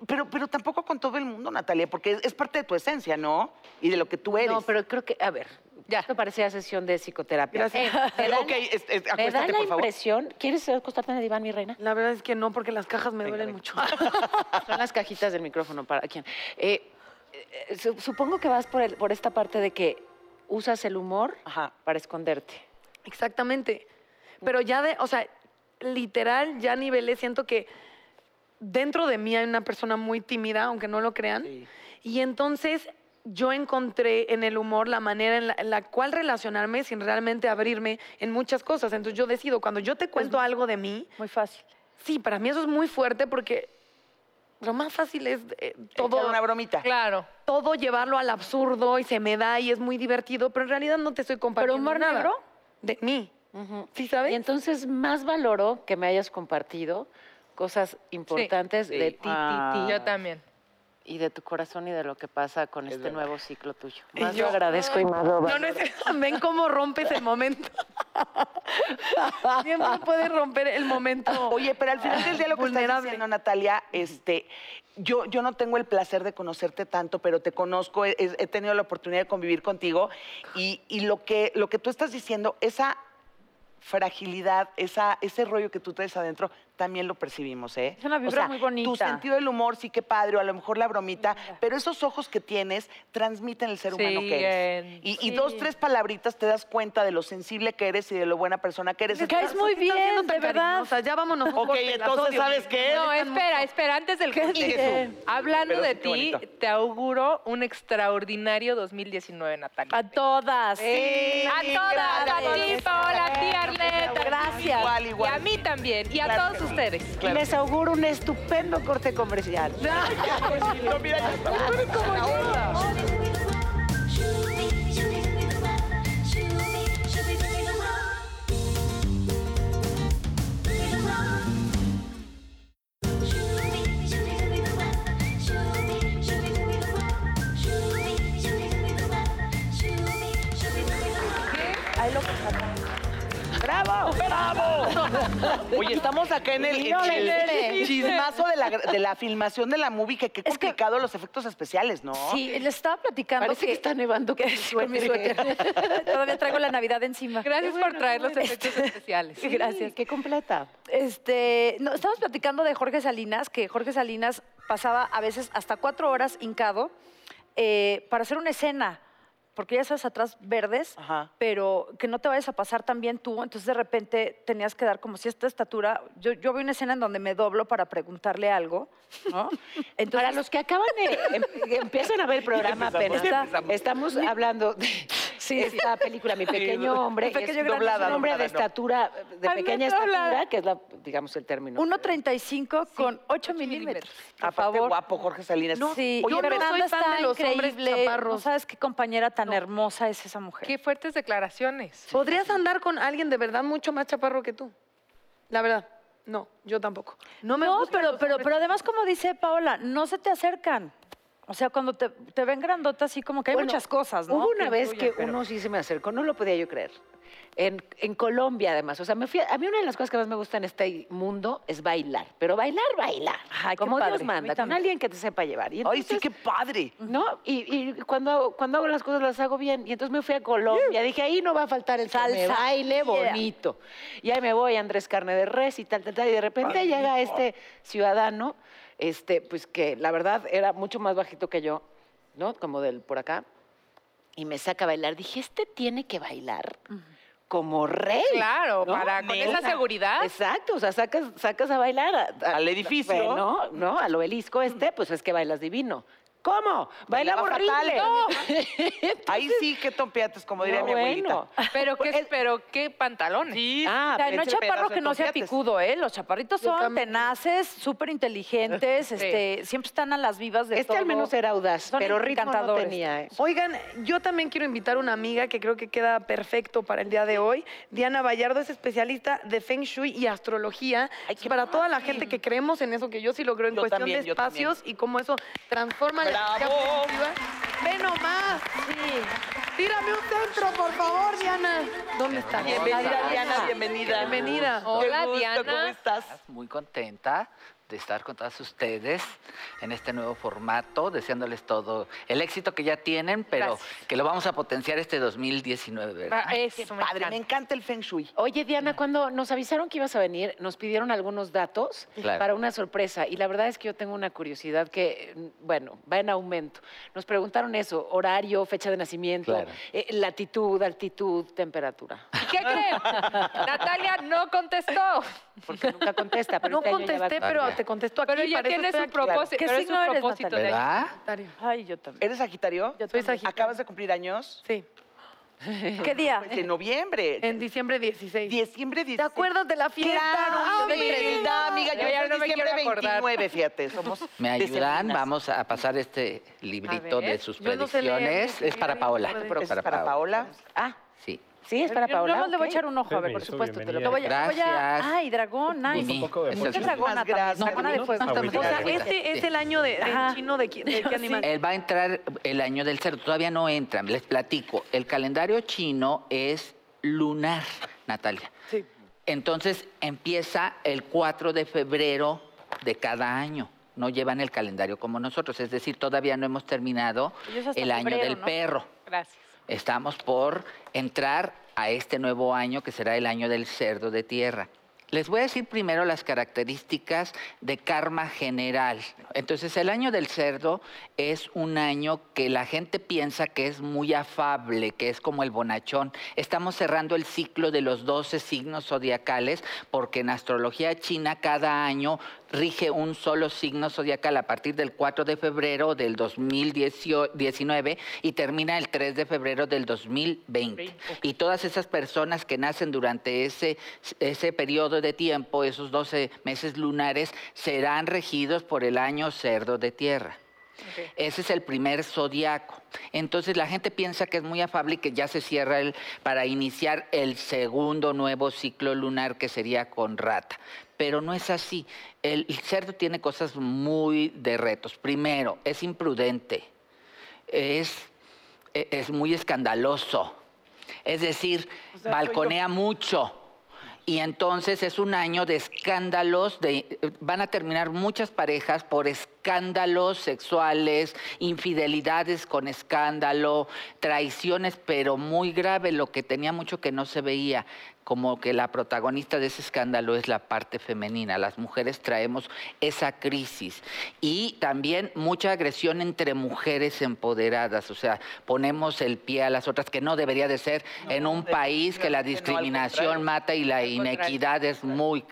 Pero, pero tampoco con todo el mundo, Natalia, porque es, es parte de tu esencia, ¿no? Y de lo que tú eres.
No, pero creo que, a ver, ya. Esto parecía sesión de psicoterapia.
Gracias.
Eh, me da
ok, es- es-
Me da
acuéstate,
la
por favor.
impresión. ¿Quieres acostarte en el diván, mi reina?
La verdad es que no, porque las cajas me
Venga,
duelen
venga.
mucho.
Son las cajitas del micrófono para quién. Eh, eh, su- supongo que vas por, el- por esta parte de que usas el humor
Ajá.
para esconderte.
Exactamente. Pero ya de, o sea, literal, ya nivelé, siento que dentro de mí hay una persona muy tímida, aunque no lo crean. Y entonces yo encontré en el humor la manera en la, en la cual relacionarme sin realmente abrirme en muchas cosas. Entonces yo decido, cuando yo te cuento algo de mí,
Muy fácil.
sí, para mí eso es muy fuerte porque lo más fácil es eh, todo
Echar una bromita.
Claro.
todo llevarlo al absurdo y se me da y es muy divertido, pero en realidad no te estoy compartiendo.
humor
nada
negro?
De mí. ¿Sí
Y
sabes?
entonces más valoro que me hayas compartido cosas importantes
Sí. Ah.
de ti, ti, ti.
Ah. Yo también.
Y de tu corazón y de lo que pasa con este
verdad.
nuevo ciclo tuyo.
Y
Más
yo-
lo agradezco y más lo
No, no es- ven cómo rompes el momento. Siempre puedes romper el momento.
Oye, pero al final del día lo que estás
Vulnerable.
diciendo, Natalia, este, yo, yo no tengo el placer de conocerte tanto, pero te conozco, he, he tenido la oportunidad de convivir contigo y, y lo, que, lo que tú estás diciendo, esa fragilidad, esa, ese rollo que tú traes adentro, también lo percibimos, ¿eh?
Es una vibra muy bonita.
Tu sentido del humor sí que padre, o a lo mejor la bromita, pero esos ojos que tienes transmiten el ser
Sí,
humano que eres.
en-
y, y dos, tres palabritas te das cuenta de lo sensible que eres y de lo buena persona que eres.
Me caes muy
¿Qué
bien,
estás siendo tan
de verdad.
cariñosa? Ya vámonos. un
Ok,
corte, las
entonces,
odio,
¿sabes
me-
qué?
me
No,
molestan
espera, espera, antes del corte.
Eso.
Hablando
Pero
de
sí, qué
ti,
bonito.
te auguro un extraordinario 2019, Natalia.
A todas.
Sí,
A todas, a ti,
gracias.
Paola, a ti, Arleta.
Gracias. Igual, igual.
Y a mí también, y a
Claro que
todos
sí.
ustedes.
Claro.
Les auguro un estupendo corte comercial.
No, mira, ya está. Oye, estamos acá en el,
No le
en el
entere.
chismazo de la, de la filmación de la movie, que qué complicado los efectos especiales, ¿no?
Sí, le estaba platicando
Parece que
que-
está nevando con mi
con mi
suéter.
suéter. Todavía traigo la Navidad encima.
Gracias por traer los efectos especiales.
Sí,
Gracias.
Qué completa.
Este, no, estamos platicando de Jorge Salinas, que Jorge Salinas pasaba a veces hasta cuatro horas hincado eh, para hacer una escena. porque ya sabes, atrás verdes,
Ajá.
pero que no te vayas a pasar también tú. Entonces de repente tenías que dar como si esta estatura. Yo, yo vi una escena en donde me doblo para preguntarle algo, ¿no? Entonces,
Para los que acaban de em- empiezan a ver el programa apenas, estamos hablando de esta película, Mi Pequeño Hombre,
Mi Pequeño
es
Gran
doblada, un hombre
doblada,
de
no.
estatura, de
Ay, no,
pequeña
doblada.
estatura, que es la, digamos, el término.
1.35 con 8,
ocho
milímetros.
milímetros.
Por
Aparte,
favor.
guapo, Jorge Salinas.
No, sí,
Oye,
yo
pero-
Fernanda
soy fan
está
de los hombres
increíble. No
chaparros.
sabes qué compañera tan
No.
hermosa es esa mujer.
Qué fuertes declaraciones.
¿Podrías andar con alguien de verdad mucho más chaparro que tú? La verdad, no, yo tampoco. No me
No,
gustan
pero,
los
pero,
hombres-
pero además, como dice Paola, no se te acercan. O sea, cuando te, te ven grandota, así como que hay
Bueno,
muchas cosas, ¿no?
Hubo una
Que
vez
influyen,
que
pero-
uno sí se me acercó, no lo podía yo creer. En, en Colombia, además. O sea, me fui a, a mí una de las cosas que más me gusta en este mundo es bailar. Pero bailar, bailar.
Ay, qué
como
padre. A
Dios
mí
manda, con
también.
alguien que te sepa llevar. Y
Ay, sí,
entonces-
qué padre.
¿No? Y, y cuando, hago, cuando hago las cosas las hago bien. Y entonces me fui a Colombia. Dije, ahí no va a faltar el salsa.
Salsa.
baile
Yeah.
bonito. Y ahí me voy, Andrés Carne de Res y tal, tal, tal. Y de repente llega este ciudadano, este, pues que la verdad era mucho más bajito que yo, ¿no? Como del por acá. Y me saca a bailar. Dije, este tiene que bailar como rey.
Claro,
¿no?
para con
Neta.
esa seguridad.
Exacto, o sea, sacas, sacas a bailar a- a-
Al edificio.
Bueno, no, al obelisco este, pues es que bailas divino. ¿Cómo? Baila
Bailaba
horrible.
fatal.
No.
Ahí sí, qué tompiates, como diría
No,
mi abuelita.
bueno.
Pero qué, pero qué pantalones.
Ah,
O sea, no hay
pensé-
chaparro que no sea
tompiates.
picudo, ¿eh? Los chaparritos
Yo
son
también.
tenaces, súper inteligentes, este, siempre están a las vivas de
este
todo.
al menos era audaz,
Son
pero ritmo no
encantadores.
tenía. ¿eh?
Oigan, yo también quiero invitar a una amiga que creo que queda perfecto para el día de hoy. Diana Vallardo es especialista de Feng Shui y astrología. para toda la gente que creemos en eso, que yo sí lo creo en
Yo
cuestión
también,
de
yo también.
espacios y cómo eso transforma la energía
¡Bravo!
positiva. ¡Ve nomás! Tírame un centro, por favor, Diana. ¿Dónde está?
Bienvenida, Diana, bienvenida.
Bienvenida.
Qué
Hola,
gusto,
Diana.
¿Cómo estás?
muy contenta de estar con todas ustedes en este nuevo formato, deseándoles todo el éxito que ya tienen, pero
Gracias.
que lo vamos a potenciar este 2019, ¿verdad?
Ah, Eso, me
Padre, me
encanta.
encanta el Feng Shui.
Oye, Diana, cuando nos avisaron que ibas a venir, nos pidieron algunos datos
Claro.
para una sorpresa. Y la verdad es que yo tengo una curiosidad que, eh, bueno, va en aumento. Nos preguntaron eso, horario, fecha de nacimiento,
Claro.
eh, latitud, altitud, temperatura.
¿Y qué creen? Natalia no contestó.
Porque nunca contesta, pero
No
este año ya va a
contesté, pero
cambiar.
te contestó aquí.
Pero ya
para eso
tiene
estoy
su
aquí.
propósito.
¿Qué
pero es
signo
su
eres,
propósito de ahí.
¿Verdad?
Sagitario.
Ay, yo también.
¿Eres Sagitario?
Yo soy Sagitario.
¿Acabas de cumplir años?
Sí,
¿Qué día?
Pues de noviembre.
en diciembre 16.
Diciembre 16.
¿Te acuerdas de la fiesta?
Claro,
Ay,
bienvenida, amiga. Yo
Yo ya
soy
no me
diciembre
quiero acordar.
29, fíjate. Somos
¿Me ayudan?
decembrinas.
Vamos a pasar este librito de
ver,
sus
yo no sé leer,
predicciones.
ni
es para
siquiera
Paola.
puedo.
Ese es para Paola.
Ah,
Sí.
sí, es para
Eh, Yo
Paola.
nomás le voy a
ok.
echar un ojo, a ver, por
Permiso,
supuesto. Te lo,
bienvenida.
te voy a- te voy a-
Gracias.
Ay, dragón, nice.
Un poco de
Es
Mucha
el-
música.
dragona
Muchas
también, dragona de
gracias.
fuego.
Agüita.
O sea,
Agüita.
este es el año de, del
Ajá.
chino de, qui- de qué animal.
Él va a entrar el año del cerdo, todavía no entra, les platico. El calendario chino es lunar, Natalia.
Sí.
Entonces empieza el 4 de febrero de cada año. No llevan el calendario como nosotros, es decir, todavía no hemos terminado
Ellos hasta
el año
febrero,
del
¿no?
perro.
Gracias.
Estamos por entrar a este nuevo año que será el año del cerdo de tierra. Les voy a decir primero las características de karma general. Entonces, el año del cerdo es un año que la gente piensa que es muy afable, que es como el bonachón. Estamos cerrando el ciclo de los 12 signos zodiacales porque en astrología china cada año rige un solo signo zodiacal a partir del 4 de febrero del 2019 y termina el 3 de febrero del 2020. Y todas esas personas que nacen durante ese, ese periodo de tiempo, esos 12 meses lunares, serán regidos por el año cerdo de tierra. Ese es el primer zodiaco. Entonces la gente piensa que es muy afable y que ya se cierra el, para iniciar el segundo nuevo ciclo lunar que sería con rata. Pero no es así. El, el cerdo tiene cosas muy de retos. Primero, es imprudente. Es, e- es muy escandaloso. Es decir, balconea mucho. Y eh, entonces es un año de escándalos, de, van a terminar muchas parejas por escándalos escándalos sexuales, infidelidades con escándalo, traiciones, pero muy grave, lo que tenía mucho que no se veía, como que la protagonista de ese escándalo es la parte femenina. Las mujeres traemos esa crisis. Y también mucha agresión entre mujeres empoderadas, o sea, ponemos el pie a las otras, que no debería de ser en un país que la
definitivamente no, al
discriminación
contrario.
mata y la
contrario,
inequidad es muy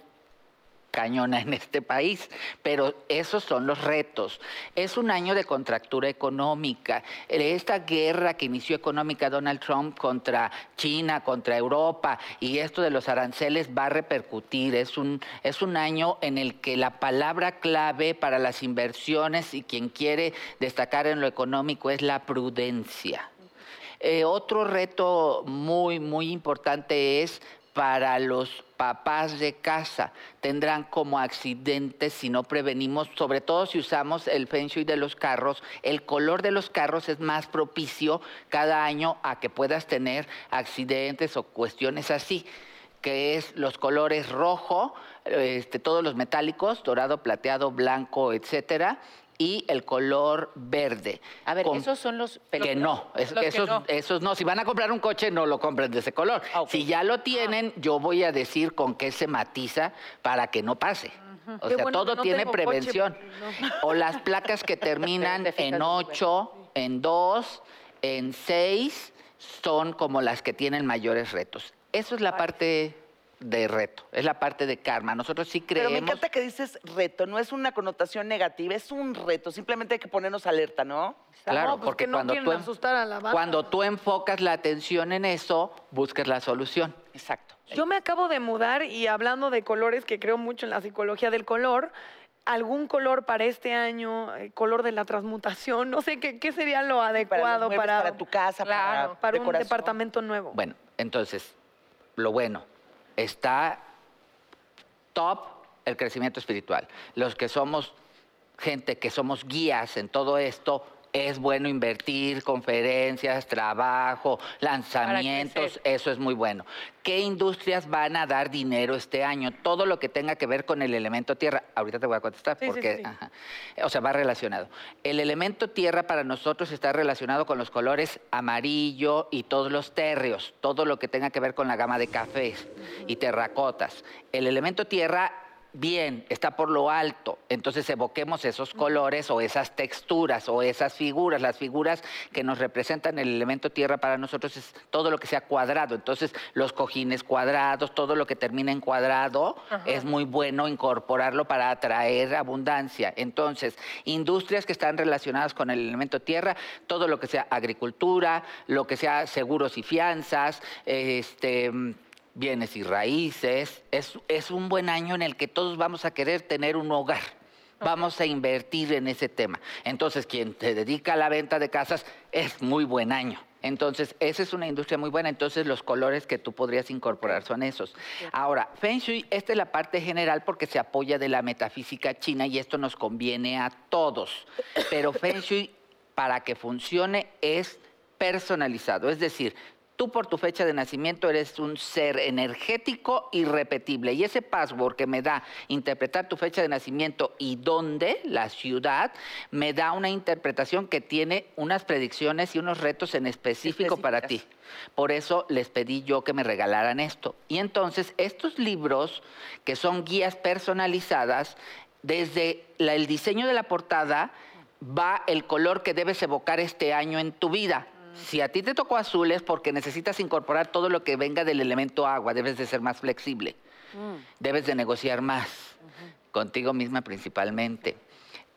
cañona en este país, pero esos son los retos. Es un año de contractura económica. Esta guerra que inició económica Donald Trump contra China, contra Europa, y esto de los aranceles va a repercutir. Es un, es un año en el que la palabra clave para las inversiones y quien quiere destacar en lo económico es la prudencia. Eh, otro reto muy, muy importante es para los papás de casa. Tendrán como accidentes si no prevenimos, sobre todo si usamos el feng shui de los carros. El color de los carros es más propicio cada año a que puedas tener accidentes o cuestiones así que es los colores rojo, este, todos los metálicos, dorado, plateado, blanco, etcétera, y el color verde.
A ver,
Con-
esos son los
que
peligrosos.
no, es-
Los que
esos,
no.
esos no. Si van a comprar un coche, no lo compren de ese color.
Ah, ok.
Si ya lo tienen, yo voy a decir con qué se matiza para que no pase. O
Qué
sea,
bueno
todo
que no
tiene
tengo coche,
prevención. O las placas que terminan
Pero te fijas
en
muy
8, en 2, en 6, son como las que tienen mayores retos. Eso es la parte de reto, es la parte de karma. Nosotros sí
Pero me
creemos...
encanta que dices reto, no es una connotación negativa, es un reto, simplemente hay que ponernos alerta, ¿no?
Claro,
No, pues
porque
que no
cuando,
quieren
tú, em-
asustar a la banda.
cuando tú enfocas la atención en eso, buscas la solución.
Exacto.
Yo me acabo de mudar y hablando de colores, que creo mucho en la psicología del color, algún color para este año, el color de la transmutación, no sé qué, qué sería lo
Para, los
adecuado
muebles,
para,
para tu casa,
Claro,
para,
para un
decoración.
departamento nuevo.
Bueno, entonces, lo bueno, está top el crecimiento espiritual. Los que somos gente que somos guías en todo esto, es bueno invertir, conferencias, trabajo, lanzamientos,
crecer.
eso es muy bueno. ¿Qué industrias van a dar dinero este año? Todo lo que tenga que ver con el elemento tierra. Ahorita te voy a contestar
Sí, sí,
porque,
sí, sí.
ajá. o sea, va relacionado. El elemento tierra para nosotros está relacionado con los colores amarillo y todos los terreos, todo lo que tenga que ver con la gama de cafés y terracotas. El elemento tierra bien, está por lo alto. Entonces evoquemos esos colores o esas texturas o esas figuras. Las figuras que nos representan el elemento tierra para nosotros es todo lo que sea cuadrado. Entonces los cojines cuadrados, todo lo que termina en cuadrado, es muy bueno incorporarlo para atraer abundancia. Entonces, industrias que están relacionadas con el elemento tierra, todo lo que sea agricultura, lo que sea seguros y fianzas, este bienes y raíces. Es, es un buen año en el que todos vamos a querer tener un hogar. Vamos a invertir en ese tema. Entonces, quien se dedica a la venta de casas es muy buen año. Entonces, esa es una industria muy buena. Entonces, los colores que tú podrías incorporar son esos. Ahora, Feng Shui, esta es la parte general porque se apoya de la metafísica china y esto nos conviene a todos. Pero Feng Shui, para que funcione, es personalizado. Es decir, tú por tu fecha de nacimiento eres un ser energético irrepetible. Y ese password que me da interpretar tu fecha de nacimiento y dónde, la ciudad, me da una interpretación que tiene unas predicciones y unos retos en específico para ti. Por eso les pedí yo que me regalaran esto. Y entonces estos libros, que son guías personalizadas, desde la- el diseño de la portada, va el color que debes evocar este año en tu vida. Si a ti te tocó azul es porque necesitas incorporar todo lo que venga del elemento agua, debes de ser más flexible, debes de negociar más, contigo misma principalmente.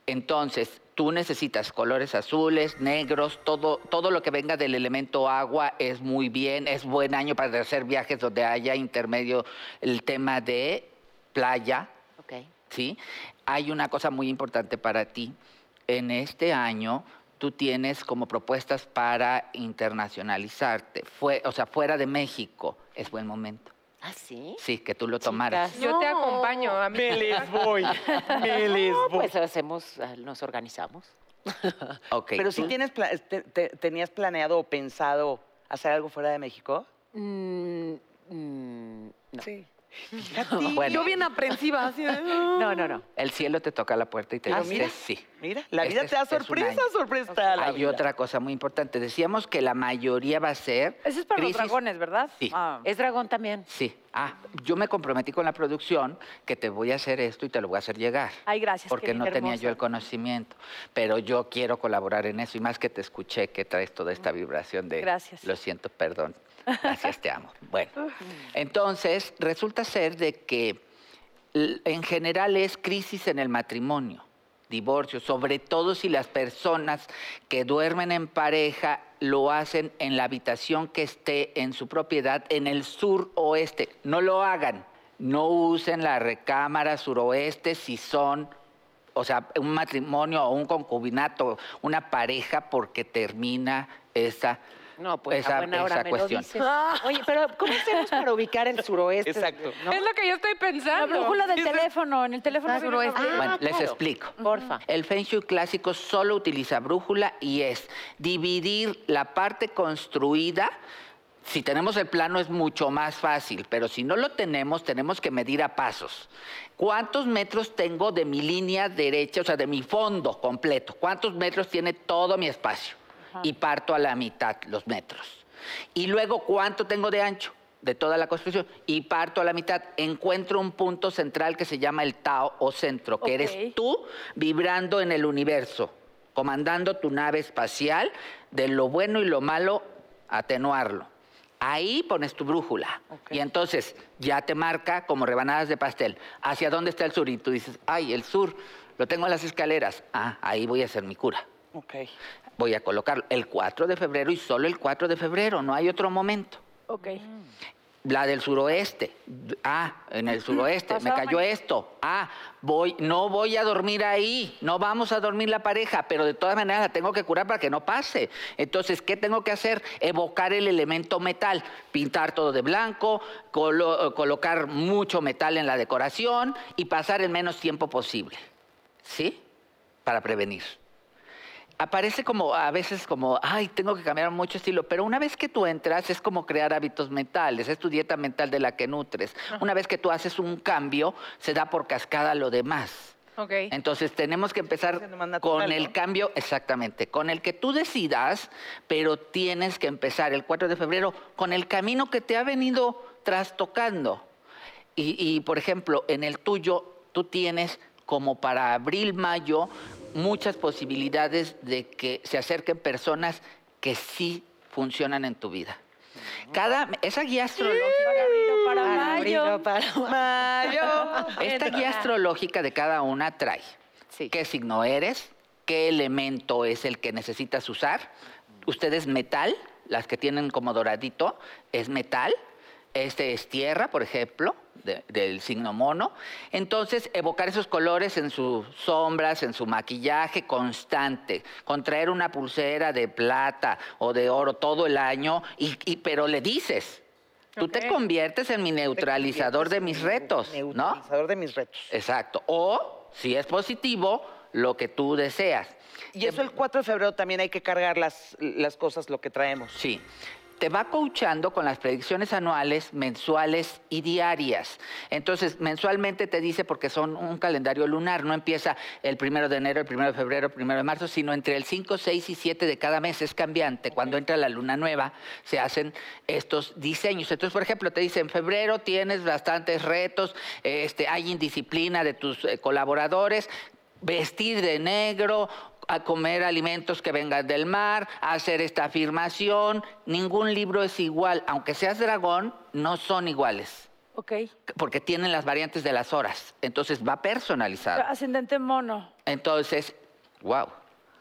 Entonces, tú necesitas colores azules, negros, todo, todo lo que venga del elemento agua es muy bien, es buen año para hacer viajes donde haya intermedio el tema de playa,
Ok.
¿sí? Hay una cosa muy importante para ti. En este año tú tienes como propuestas para internacionalizarte, Fue, o sea, fuera de México. Es buen momento.
¿Ah, sí?
Sí, que tú lo tomaras.
Chicas.
Yo te acompaño a mí.
Me les voy, me les
No,
voy.
pues hacemos, ah, nos organizamos.
Ok.
Pero si tienes pla- te- te- tenías planeado o pensado hacer algo fuera de México.
Mm, mm, no.
Sí.
Fíjate.
Bueno.
Yo bien aprensiva, así de,
no, no, no.
El cielo te toca la puerta y te
Pero
dice
mira.
sí.
Mira, la vida
Este
te da
es- es un
sorpresa,
año.
sorpresa. te da la
Hay
vida.
otra cosa muy importante. Decíamos que la mayoría va a ser.
Ese es para
crisis-
los dragones, ¿verdad?
Sí.
Ah.
Es dragón también.
Sí. Ah, yo me comprometí con la producción que te voy a hacer esto y te lo voy a hacer llegar.
Ay, gracias,
Porque
Kevin,
no tenía
hermosa.
yo el conocimiento. Pero yo quiero colaborar en eso. Y más que te escuché que traes toda esta vibración de.
Gracias.
Lo siento, perdón. Gracias, te amo. Bueno. Entonces, resulta ser de que l- en general es crisis en el matrimonio, divorcio, sobre todo si las personas que duermen en pareja lo hacen en la habitación que esté en su propiedad en el sur oeste. No lo hagan. No usen la recámara suroeste si son o sea, un matrimonio o un concubinato, una pareja, porque termina esa,
No, pues a
esa,
buena hora
esa
me
cuestión.
lo dices. Oye, pero ¿cómo hacemos para ubicar el suroeste?
Exacto.
¿No?
Es lo que yo estoy
La
pensando.
brújula del teléfono, en el teléfono
Exacto.
viene una
Ah,
brújula.
bueno, les
claro.
explico.
Porfa.
El Feng Shui clásico solo utiliza brújula y es dividir la parte construida. Si tenemos el plano es mucho más fácil, pero si no lo tenemos, tenemos que medir a pasos. ¿Cuántos metros tengo de mi línea derecha, o sea, de mi fondo completo? ¿Cuántos metros tiene todo mi espacio? Y parto a la mitad los metros. Y luego, ¿cuánto tengo de ancho? de toda la construcción y parto a la mitad, encuentro un punto central que se llama el Tao o centro, que
Ok.
eres tú vibrando en el universo, comandando tu nave espacial de lo bueno y lo malo, atenuarlo. Ahí pones tu brújula y entonces ya te marca como rebanadas de pastel hacia dónde está el sur y tú dices, ay, el sur, lo tengo en las escaleras, ah, ahí voy a hacer mi cura.
Ok.
Voy a colocarlo el 4 de febrero y solo el 4 de febrero, no hay otro momento.
Ok.
La del suroeste. D- Ah, en el suroeste. Me
Pasado
cayó
mañana.
esto. Ah, voy, no voy a dormir ahí. No vamos a dormir la pareja, pero de todas maneras la tengo que curar para que no pase. Entonces, ¿qué tengo que hacer? Evocar el elemento metal. Pintar todo de blanco, colo- eh, colocar mucho metal en la decoración y pasar el menos tiempo posible. ¿Sí? Para prevenir aparece como a veces como, ay, tengo que cambiar mucho estilo, pero una vez que tú entras es como crear hábitos mentales, es tu dieta mental de la que nutres. Una vez que tú haces un cambio, se da por cascada lo demás.
Ok.
Entonces tenemos que empezar
Siendo más natural,
con el
¿no?
cambio, exactamente, con el que tú decidas, pero tienes que empezar el 4 de febrero con el camino que te ha venido trastocando. Y, y, por ejemplo, en el tuyo, tú tienes como para abril, mayo, muchas posibilidades de que se acerquen personas que sí funcionan en tu vida. Cada, esa guía astrológica...
Para mayo.
Esta guía astrológica de cada una trae
Sí.
qué signo eres, qué elemento es el que necesitas usar. Ustedes metal, las que tienen como doradito, es metal. Este es tierra, por ejemplo, de- del signo mono. Entonces, evocar esos colores en sus sombras, en su maquillaje constante, contraer una pulsera de plata o de oro todo el año, y- y- pero le dices, tú te
Ok.
conviertes en mi neutralizador de mis retos, ¿no?
Neutralizador de mis retos.
Exacto. O, si es positivo, lo que tú deseas.
Y eso el 4 de febrero también hay que cargar las, las cosas, lo que traemos.
Sí. Te va coachando con las predicciones anuales, mensuales y diarias. Entonces, mensualmente te dice, porque son un calendario lunar, no empieza el primero de enero, el primero de febrero, el primero de marzo, sino entre el 5, 6 y 7 de cada mes es cambiante. Cuando entra la luna nueva, se hacen estos diseños. Entonces, por ejemplo, te dice, en febrero tienes bastantes retos, este, hay indisciplina de tus eh, colaboradores, vestir de negro, a comer alimentos que vengan del mar, a hacer esta afirmación. Ningún libro es igual, aunque seas dragón, no son iguales,
Ok.
porque tienen las variantes de las horas. Entonces va personalizado.
Ascendente mono.
Entonces, wow,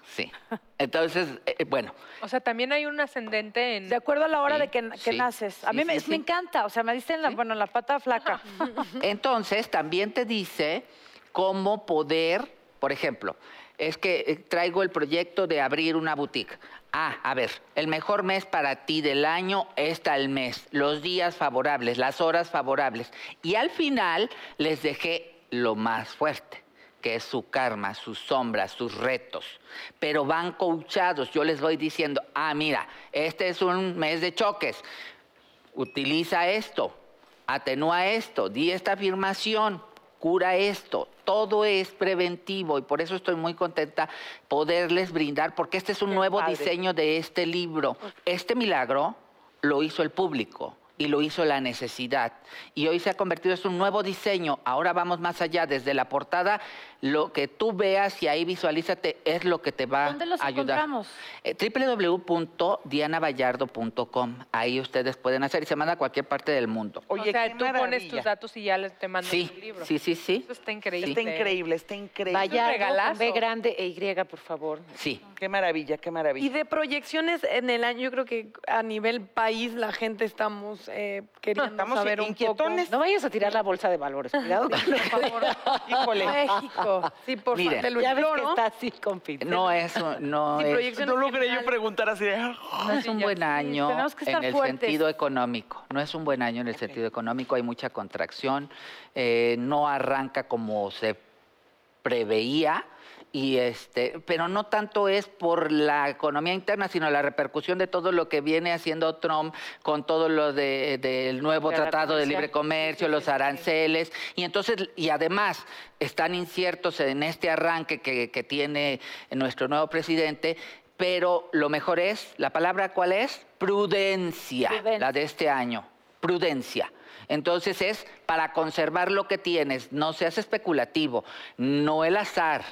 sí. Entonces, eh, bueno,
O sea, también hay un ascendente en...
De acuerdo a la hora
Sí,
de que, que
sí,
naces. A
sí,
mí me,
sí,
me
sí.
encanta. O sea, me diste en la, bueno, en la pata flaca.
Entonces, también te dice cómo poder, por ejemplo, es que eh, traigo el proyecto de abrir una boutique. Ah, a ver, el mejor mes para ti del año es tal mes, los días favorables, las horas favorables. Y al final les dejé lo más fuerte, que es su karma, sus sombras, sus retos. Pero van coachados, yo les voy diciendo, ah, mira, este es un mes de choques, utiliza esto, atenúa esto, di esta afirmación. cura esto. Todo es preventivo y por eso estoy muy contenta poderles brindar, porque este es un nuevo
padre.
diseño de este libro. Este milagro lo hizo el público. Y lo hizo la necesidad. Y hoy se ha convertido en un nuevo diseño. Ahora vamos más allá. Desde la portada, lo que tú veas y ahí visualízate es lo que te va
¿Dónde los
a ayudar.
encontramos?
Eh, www.dianavallardo.com. Ahí ustedes pueden hacer y se manda a cualquier parte del mundo.
Oye,
o sea,
qué
tú pones
maravilla.
tus datos y ya les- te mandan
Sí,
el libro.
sí, sí, sí.
Eso está increíble.
Está increíble, está increíble.
Vaya,
regalazo.
B grande e Y, por favor.
Sí.
Qué maravilla, qué maravilla.
Y de proyecciones en el año, yo creo que a nivel país la gente estamos eh, queriendo
Estamos
saber un poco.
inquietones.
No vayas a tirar la bolsa de valores, cuidado. con lo que-
Híjole.
México. Sí, por
Miren,
favor, te lo
ya ves que
imploro.
está así con pinzas.
No es, un- no
Sí,
es,
proyecciones
No logré yo
generales.
preguntar así de... "Ah".
no es un buen año
tenemos que
en
estar
el
fuertes.
sentido económico. No es un buen año en el sentido económico. Hay mucha contracción. eh, no arranca como se preveía. Y este, pero no tanto es por la economía interna, sino la repercusión de todo lo que viene haciendo Trump con todo lo de- del nuevo
Guerra
tratado de
comercial.
libre comercio, los aranceles. Y entonces, y además, están inciertos en este arranque que, que tiene nuestro nuevo presidente. Pero lo mejor es, ¿la palabra cuál es? Prudencia,
Prudencia.
la de este año. Prudencia. Entonces es para conservar lo que tienes, no seas especulativo, no el azar,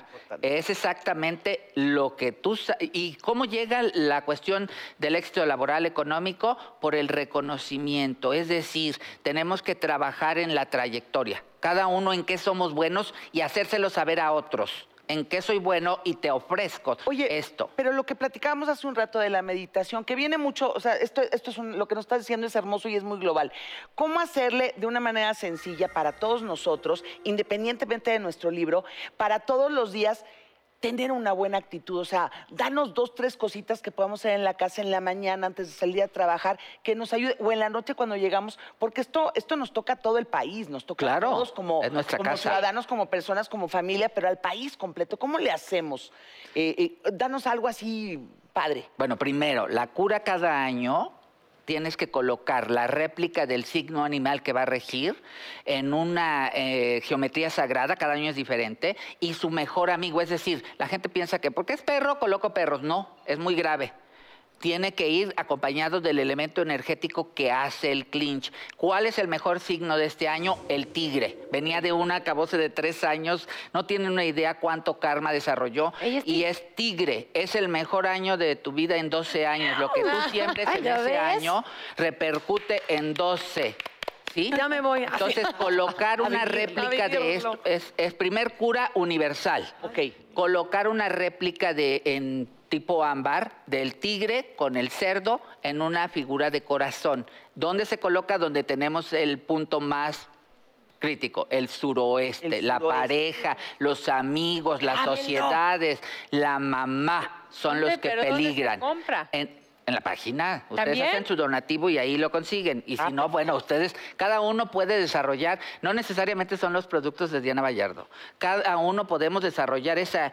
es exactamente lo que tú... sa- ¿Y cómo llega la cuestión del éxito laboral económico? Por el reconocimiento, es decir, tenemos que trabajar en la trayectoria, cada uno en qué somos buenos y hacérselo saber a otros, en qué soy bueno y te ofrezco
Oye,
esto.
Pero lo que platicábamos hace un rato de la meditación, que viene mucho, o sea, esto, esto es un- lo que nos estás diciendo es hermoso y es muy global. ¿Cómo hacerle de una manera sencilla para todos nosotros, independientemente de nuestro libro, para todos los días? Tener una buena actitud, o sea, danos dos, tres cositas que podamos hacer en la casa, en la mañana, antes de salir a trabajar, que nos ayude, o en la noche cuando llegamos, porque esto, esto nos toca a todo el país, nos toca
Claro,
a todos como,
es nuestra
como
casa.
ciudadanos ciudadanos, como personas, como familia, pero al país completo. ¿Cómo le hacemos? Eh, eh, danos algo así, padre.
Bueno, primero, la cura cada año tienes que colocar la réplica del signo animal que va a regir en una eh, geometría sagrada, cada año es diferente, y su mejor amigo, es decir, la gente piensa que porque es perro, coloco perros. No, es muy grave. Tiene que ir acompañado del elemento energético que hace el clinch. ¿Cuál es el mejor signo de este año? El tigre. Venía de una acabose de tres años, no tiene una idea cuánto karma desarrolló.
Ella es
y es tigre, es el mejor año de tu vida en 12 años. Lo que tú siempre en
¿ya
ese
ves?
año repercute en 12. ¿Sí?
Ya me voy.
Entonces, colocar una
vivirlo.
réplica
A
de
vivirlo.
esto es, es primer cura universal.
Ok.
Colocar una réplica de en tipo ámbar del tigre con el cerdo en una figura de corazón. ¿Dónde se coloca? Donde tenemos el punto más crítico, el suroeste,
El
la
suroeste.
pareja, los amigos, las
Ábrelo.
sociedades, la mamá son los
¿Dónde?
que
¿Pero dónde se
peligran.
compra?
En, en la página. Ustedes
¿También?
hacen su donativo y ahí lo consiguen. Y si no, bueno, ustedes, cada uno puede desarrollar, no necesariamente son los productos de Diana Vallardo. Cada uno podemos desarrollar esa.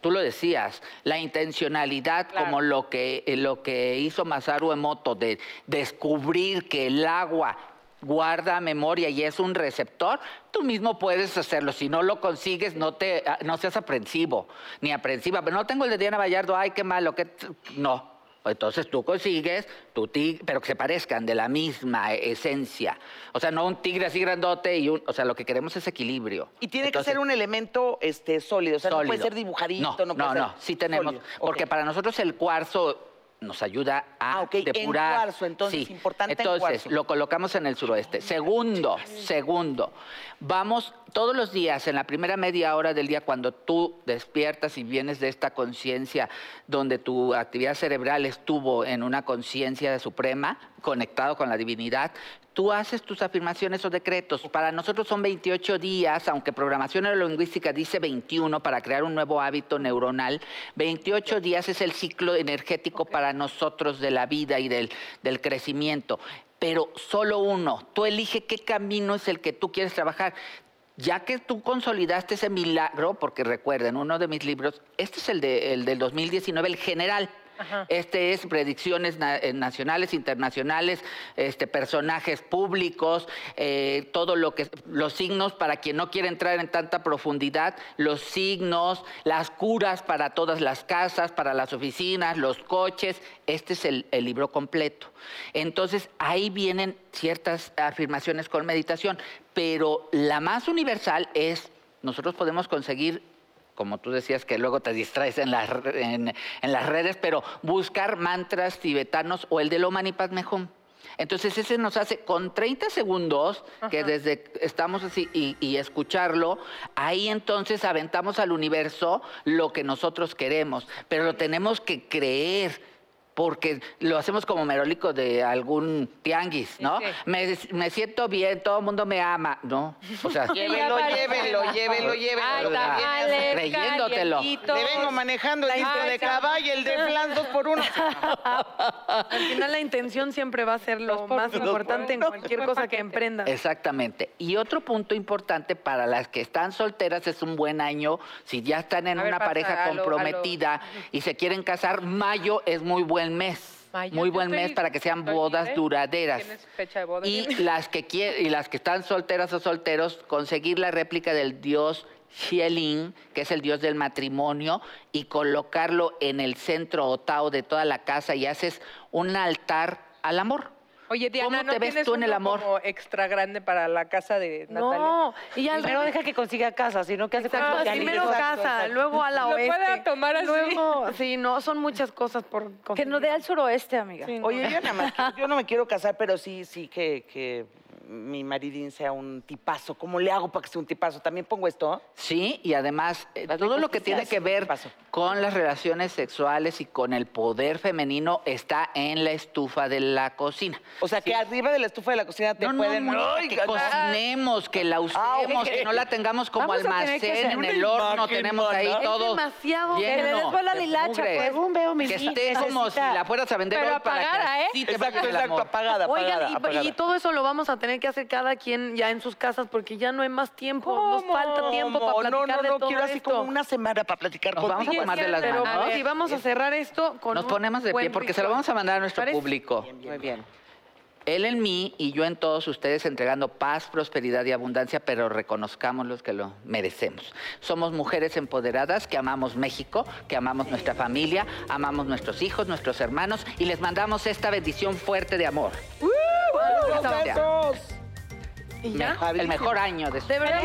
Tú lo decías, la intencionalidad como lo que, eh, lo que hizo Masaru Emoto de descubrir que el agua guarda memoria y es un receptor, tú mismo puedes hacerlo. Si no lo consigues, no, te, ah, no seas aprensivo, ni aprensiva. Pero no tengo el de Diana Vallardo, ay, qué malo, qué... t-". No, entonces tú consigues tu tigre, pero que se parezcan de la misma e- esencia. O sea, no un tigre así grandote y un. O sea, lo que queremos es equilibrio.
Y tiene
Entonces,
que ser un elemento este, sólido, o sea, no puede
sólido.
ser dibujadito, no,
No,
puede
no,
ser
no, sí tenemos.
sólido.
Porque
Ok.
para nosotros el cuarzo nos ayuda a
Ah, ok, en
depurar.
cuarzo, entonces, importante en
Entonces,
cuarzo.
lo colocamos en el suroeste. Segundo, segundo, vamos todos los días, en la primera media hora del día, cuando tú despiertas y vienes de esta conciencia donde tu actividad cerebral estuvo en una conciencia suprema, conectado con la divinidad, tú haces tus afirmaciones o decretos. Para nosotros son 28 días, aunque programación neurolingüística dice 21 para crear un nuevo hábito neuronal. 28 días es el ciclo energético para nosotros de la vida y del, del crecimiento. Pero solo uno. Tú elige qué camino es el que tú quieres trabajar. Ya que tú consolidaste ese milagro, porque recuerden, uno de mis libros, este es el, de- el del 2019, el general. Este es predicciones na- eh, nacionales, internacionales, este, personajes públicos, eh, todo lo que los signos para quien no quiere entrar en tanta profundidad, los signos, las curas para todas las casas, para las oficinas, los coches. Este es el, el libro completo. Entonces ahí vienen ciertas afirmaciones con meditación, pero la más universal es nosotros podemos conseguir como tú decías, que luego te distraes en las, re- en, en las redes, pero buscar mantras tibetanos o el de Lomani Padmehum. Entonces ese nos hace con 30 segundos, que desde que estamos así y, y escucharlo, ahí entonces aventamos al universo lo que nosotros queremos, pero lo tenemos que creer porque lo hacemos como merolico de algún tianguis, ¿no?
Sí, sí.
Me, me siento bien, todo el mundo me ama, ¿no? O sea,
Llévenlo, llévenlo, llévenlo,
Ay,
llévenlo.
tamales,
Creyéndotelo.
calientitos.
Te vengo manejando el
La
disco de
intención.
caballo, el de flan dos por uno.
Al final la intención siempre va a ser lo más importante en cualquier cosa que emprendas.
Exactamente. Y otro punto importante para las que están solteras es un buen año. Si ya están en
A ver,
una
pasa,
pareja
a lo- a lo-
comprometida y se quieren casar, mayo es muy buen mes.
Mayo,
muy
yo
buen
estoy-
mes para que sean
estoy
bodas
libre.
duraderas.
¿Tienes fecha de boda?
Y las que quie- y las que están solteras o solteros, conseguir la réplica del dios Xielin, que es el dios del matrimonio, y colocarlo en el centro o tao de toda la casa y haces un altar al amor.
Oye, Diana,
¿Cómo
¿no
te ves
tienes
tú en el
uno
amor?
como extra grande para la casa de Natalia?
No, y ya
Primero deja que consiga casa, sino que hace
Ah,
cuenta que
primero
alguien-
casa,
Exacto.
luego a la
Lo
oeste.
puede tomar así.
Luego, sí, no, son muchas cosas por
Que nos dé al suroeste, amiga.
Sí, no.
Oye, yo nada más, que- yo no me quiero casar, pero sí, sí que, que mi maridín sea un tipazo. ¿Cómo le hago para que sea un tipazo? También pongo esto. ¿eh?
Sí, y además eh, todo lo que tiene que
sí,
ver
paso.
con las relaciones sexuales y con el poder femenino está en la estufa de la cocina.
O sea, que arriba de la estufa de la cocina te
No, no,
pueden...
no, que cocinemos, que la usemos, que no la tengamos como
Ah, Vamos a tener que
almacén
hacer
en
una
el horno,
imagen,
tenemos ahí
mana.
todo
demasiado, que
le
lleno
desbola
de
la hilacha,
mugre.
pues.
Según veo, mi
Que
hija
esté como si
necesita-
la fueras a vender
Pero
hoy para
apagada, ¿eh?
que sí te
Exacto,
vaya el
exacto,
amor.
apagada, apagada,
Oigan, y- y,
apagada.
todo eso lo vamos a tener que hacer cada quien ya en sus casas porque ya no hay más tiempo, nos falta tiempo para
¿Cómo?
platicar
No, no,
de
no,
todo
quiero así
esto.
como una semana para platicar
Nos vamos a
contigo.
tomar de las
Pero
manos.
vamos, y vamos a cerrar esto con
Nos
un
ponemos de pie
buen
porque se lo
ritual.
vamos a mandar a nuestro
¿Parece?
público.
Muy bien.
Él en mí y yo en todos ustedes entregando paz, prosperidad y abundancia, pero reconozcamos los que lo merecemos. Somos mujeres empoderadas que amamos México, que amamos nuestra familia, amamos nuestros hijos, nuestros hermanos y les mandamos esta bendición fuerte de amor.
¡Unos besos!
¡Uh! ¿Y ya?
El mejor año de su
De verdad.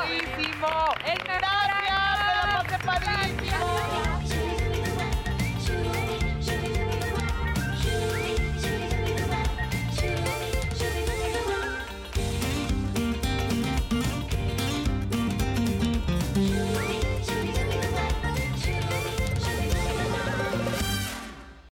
¡Padrísimo!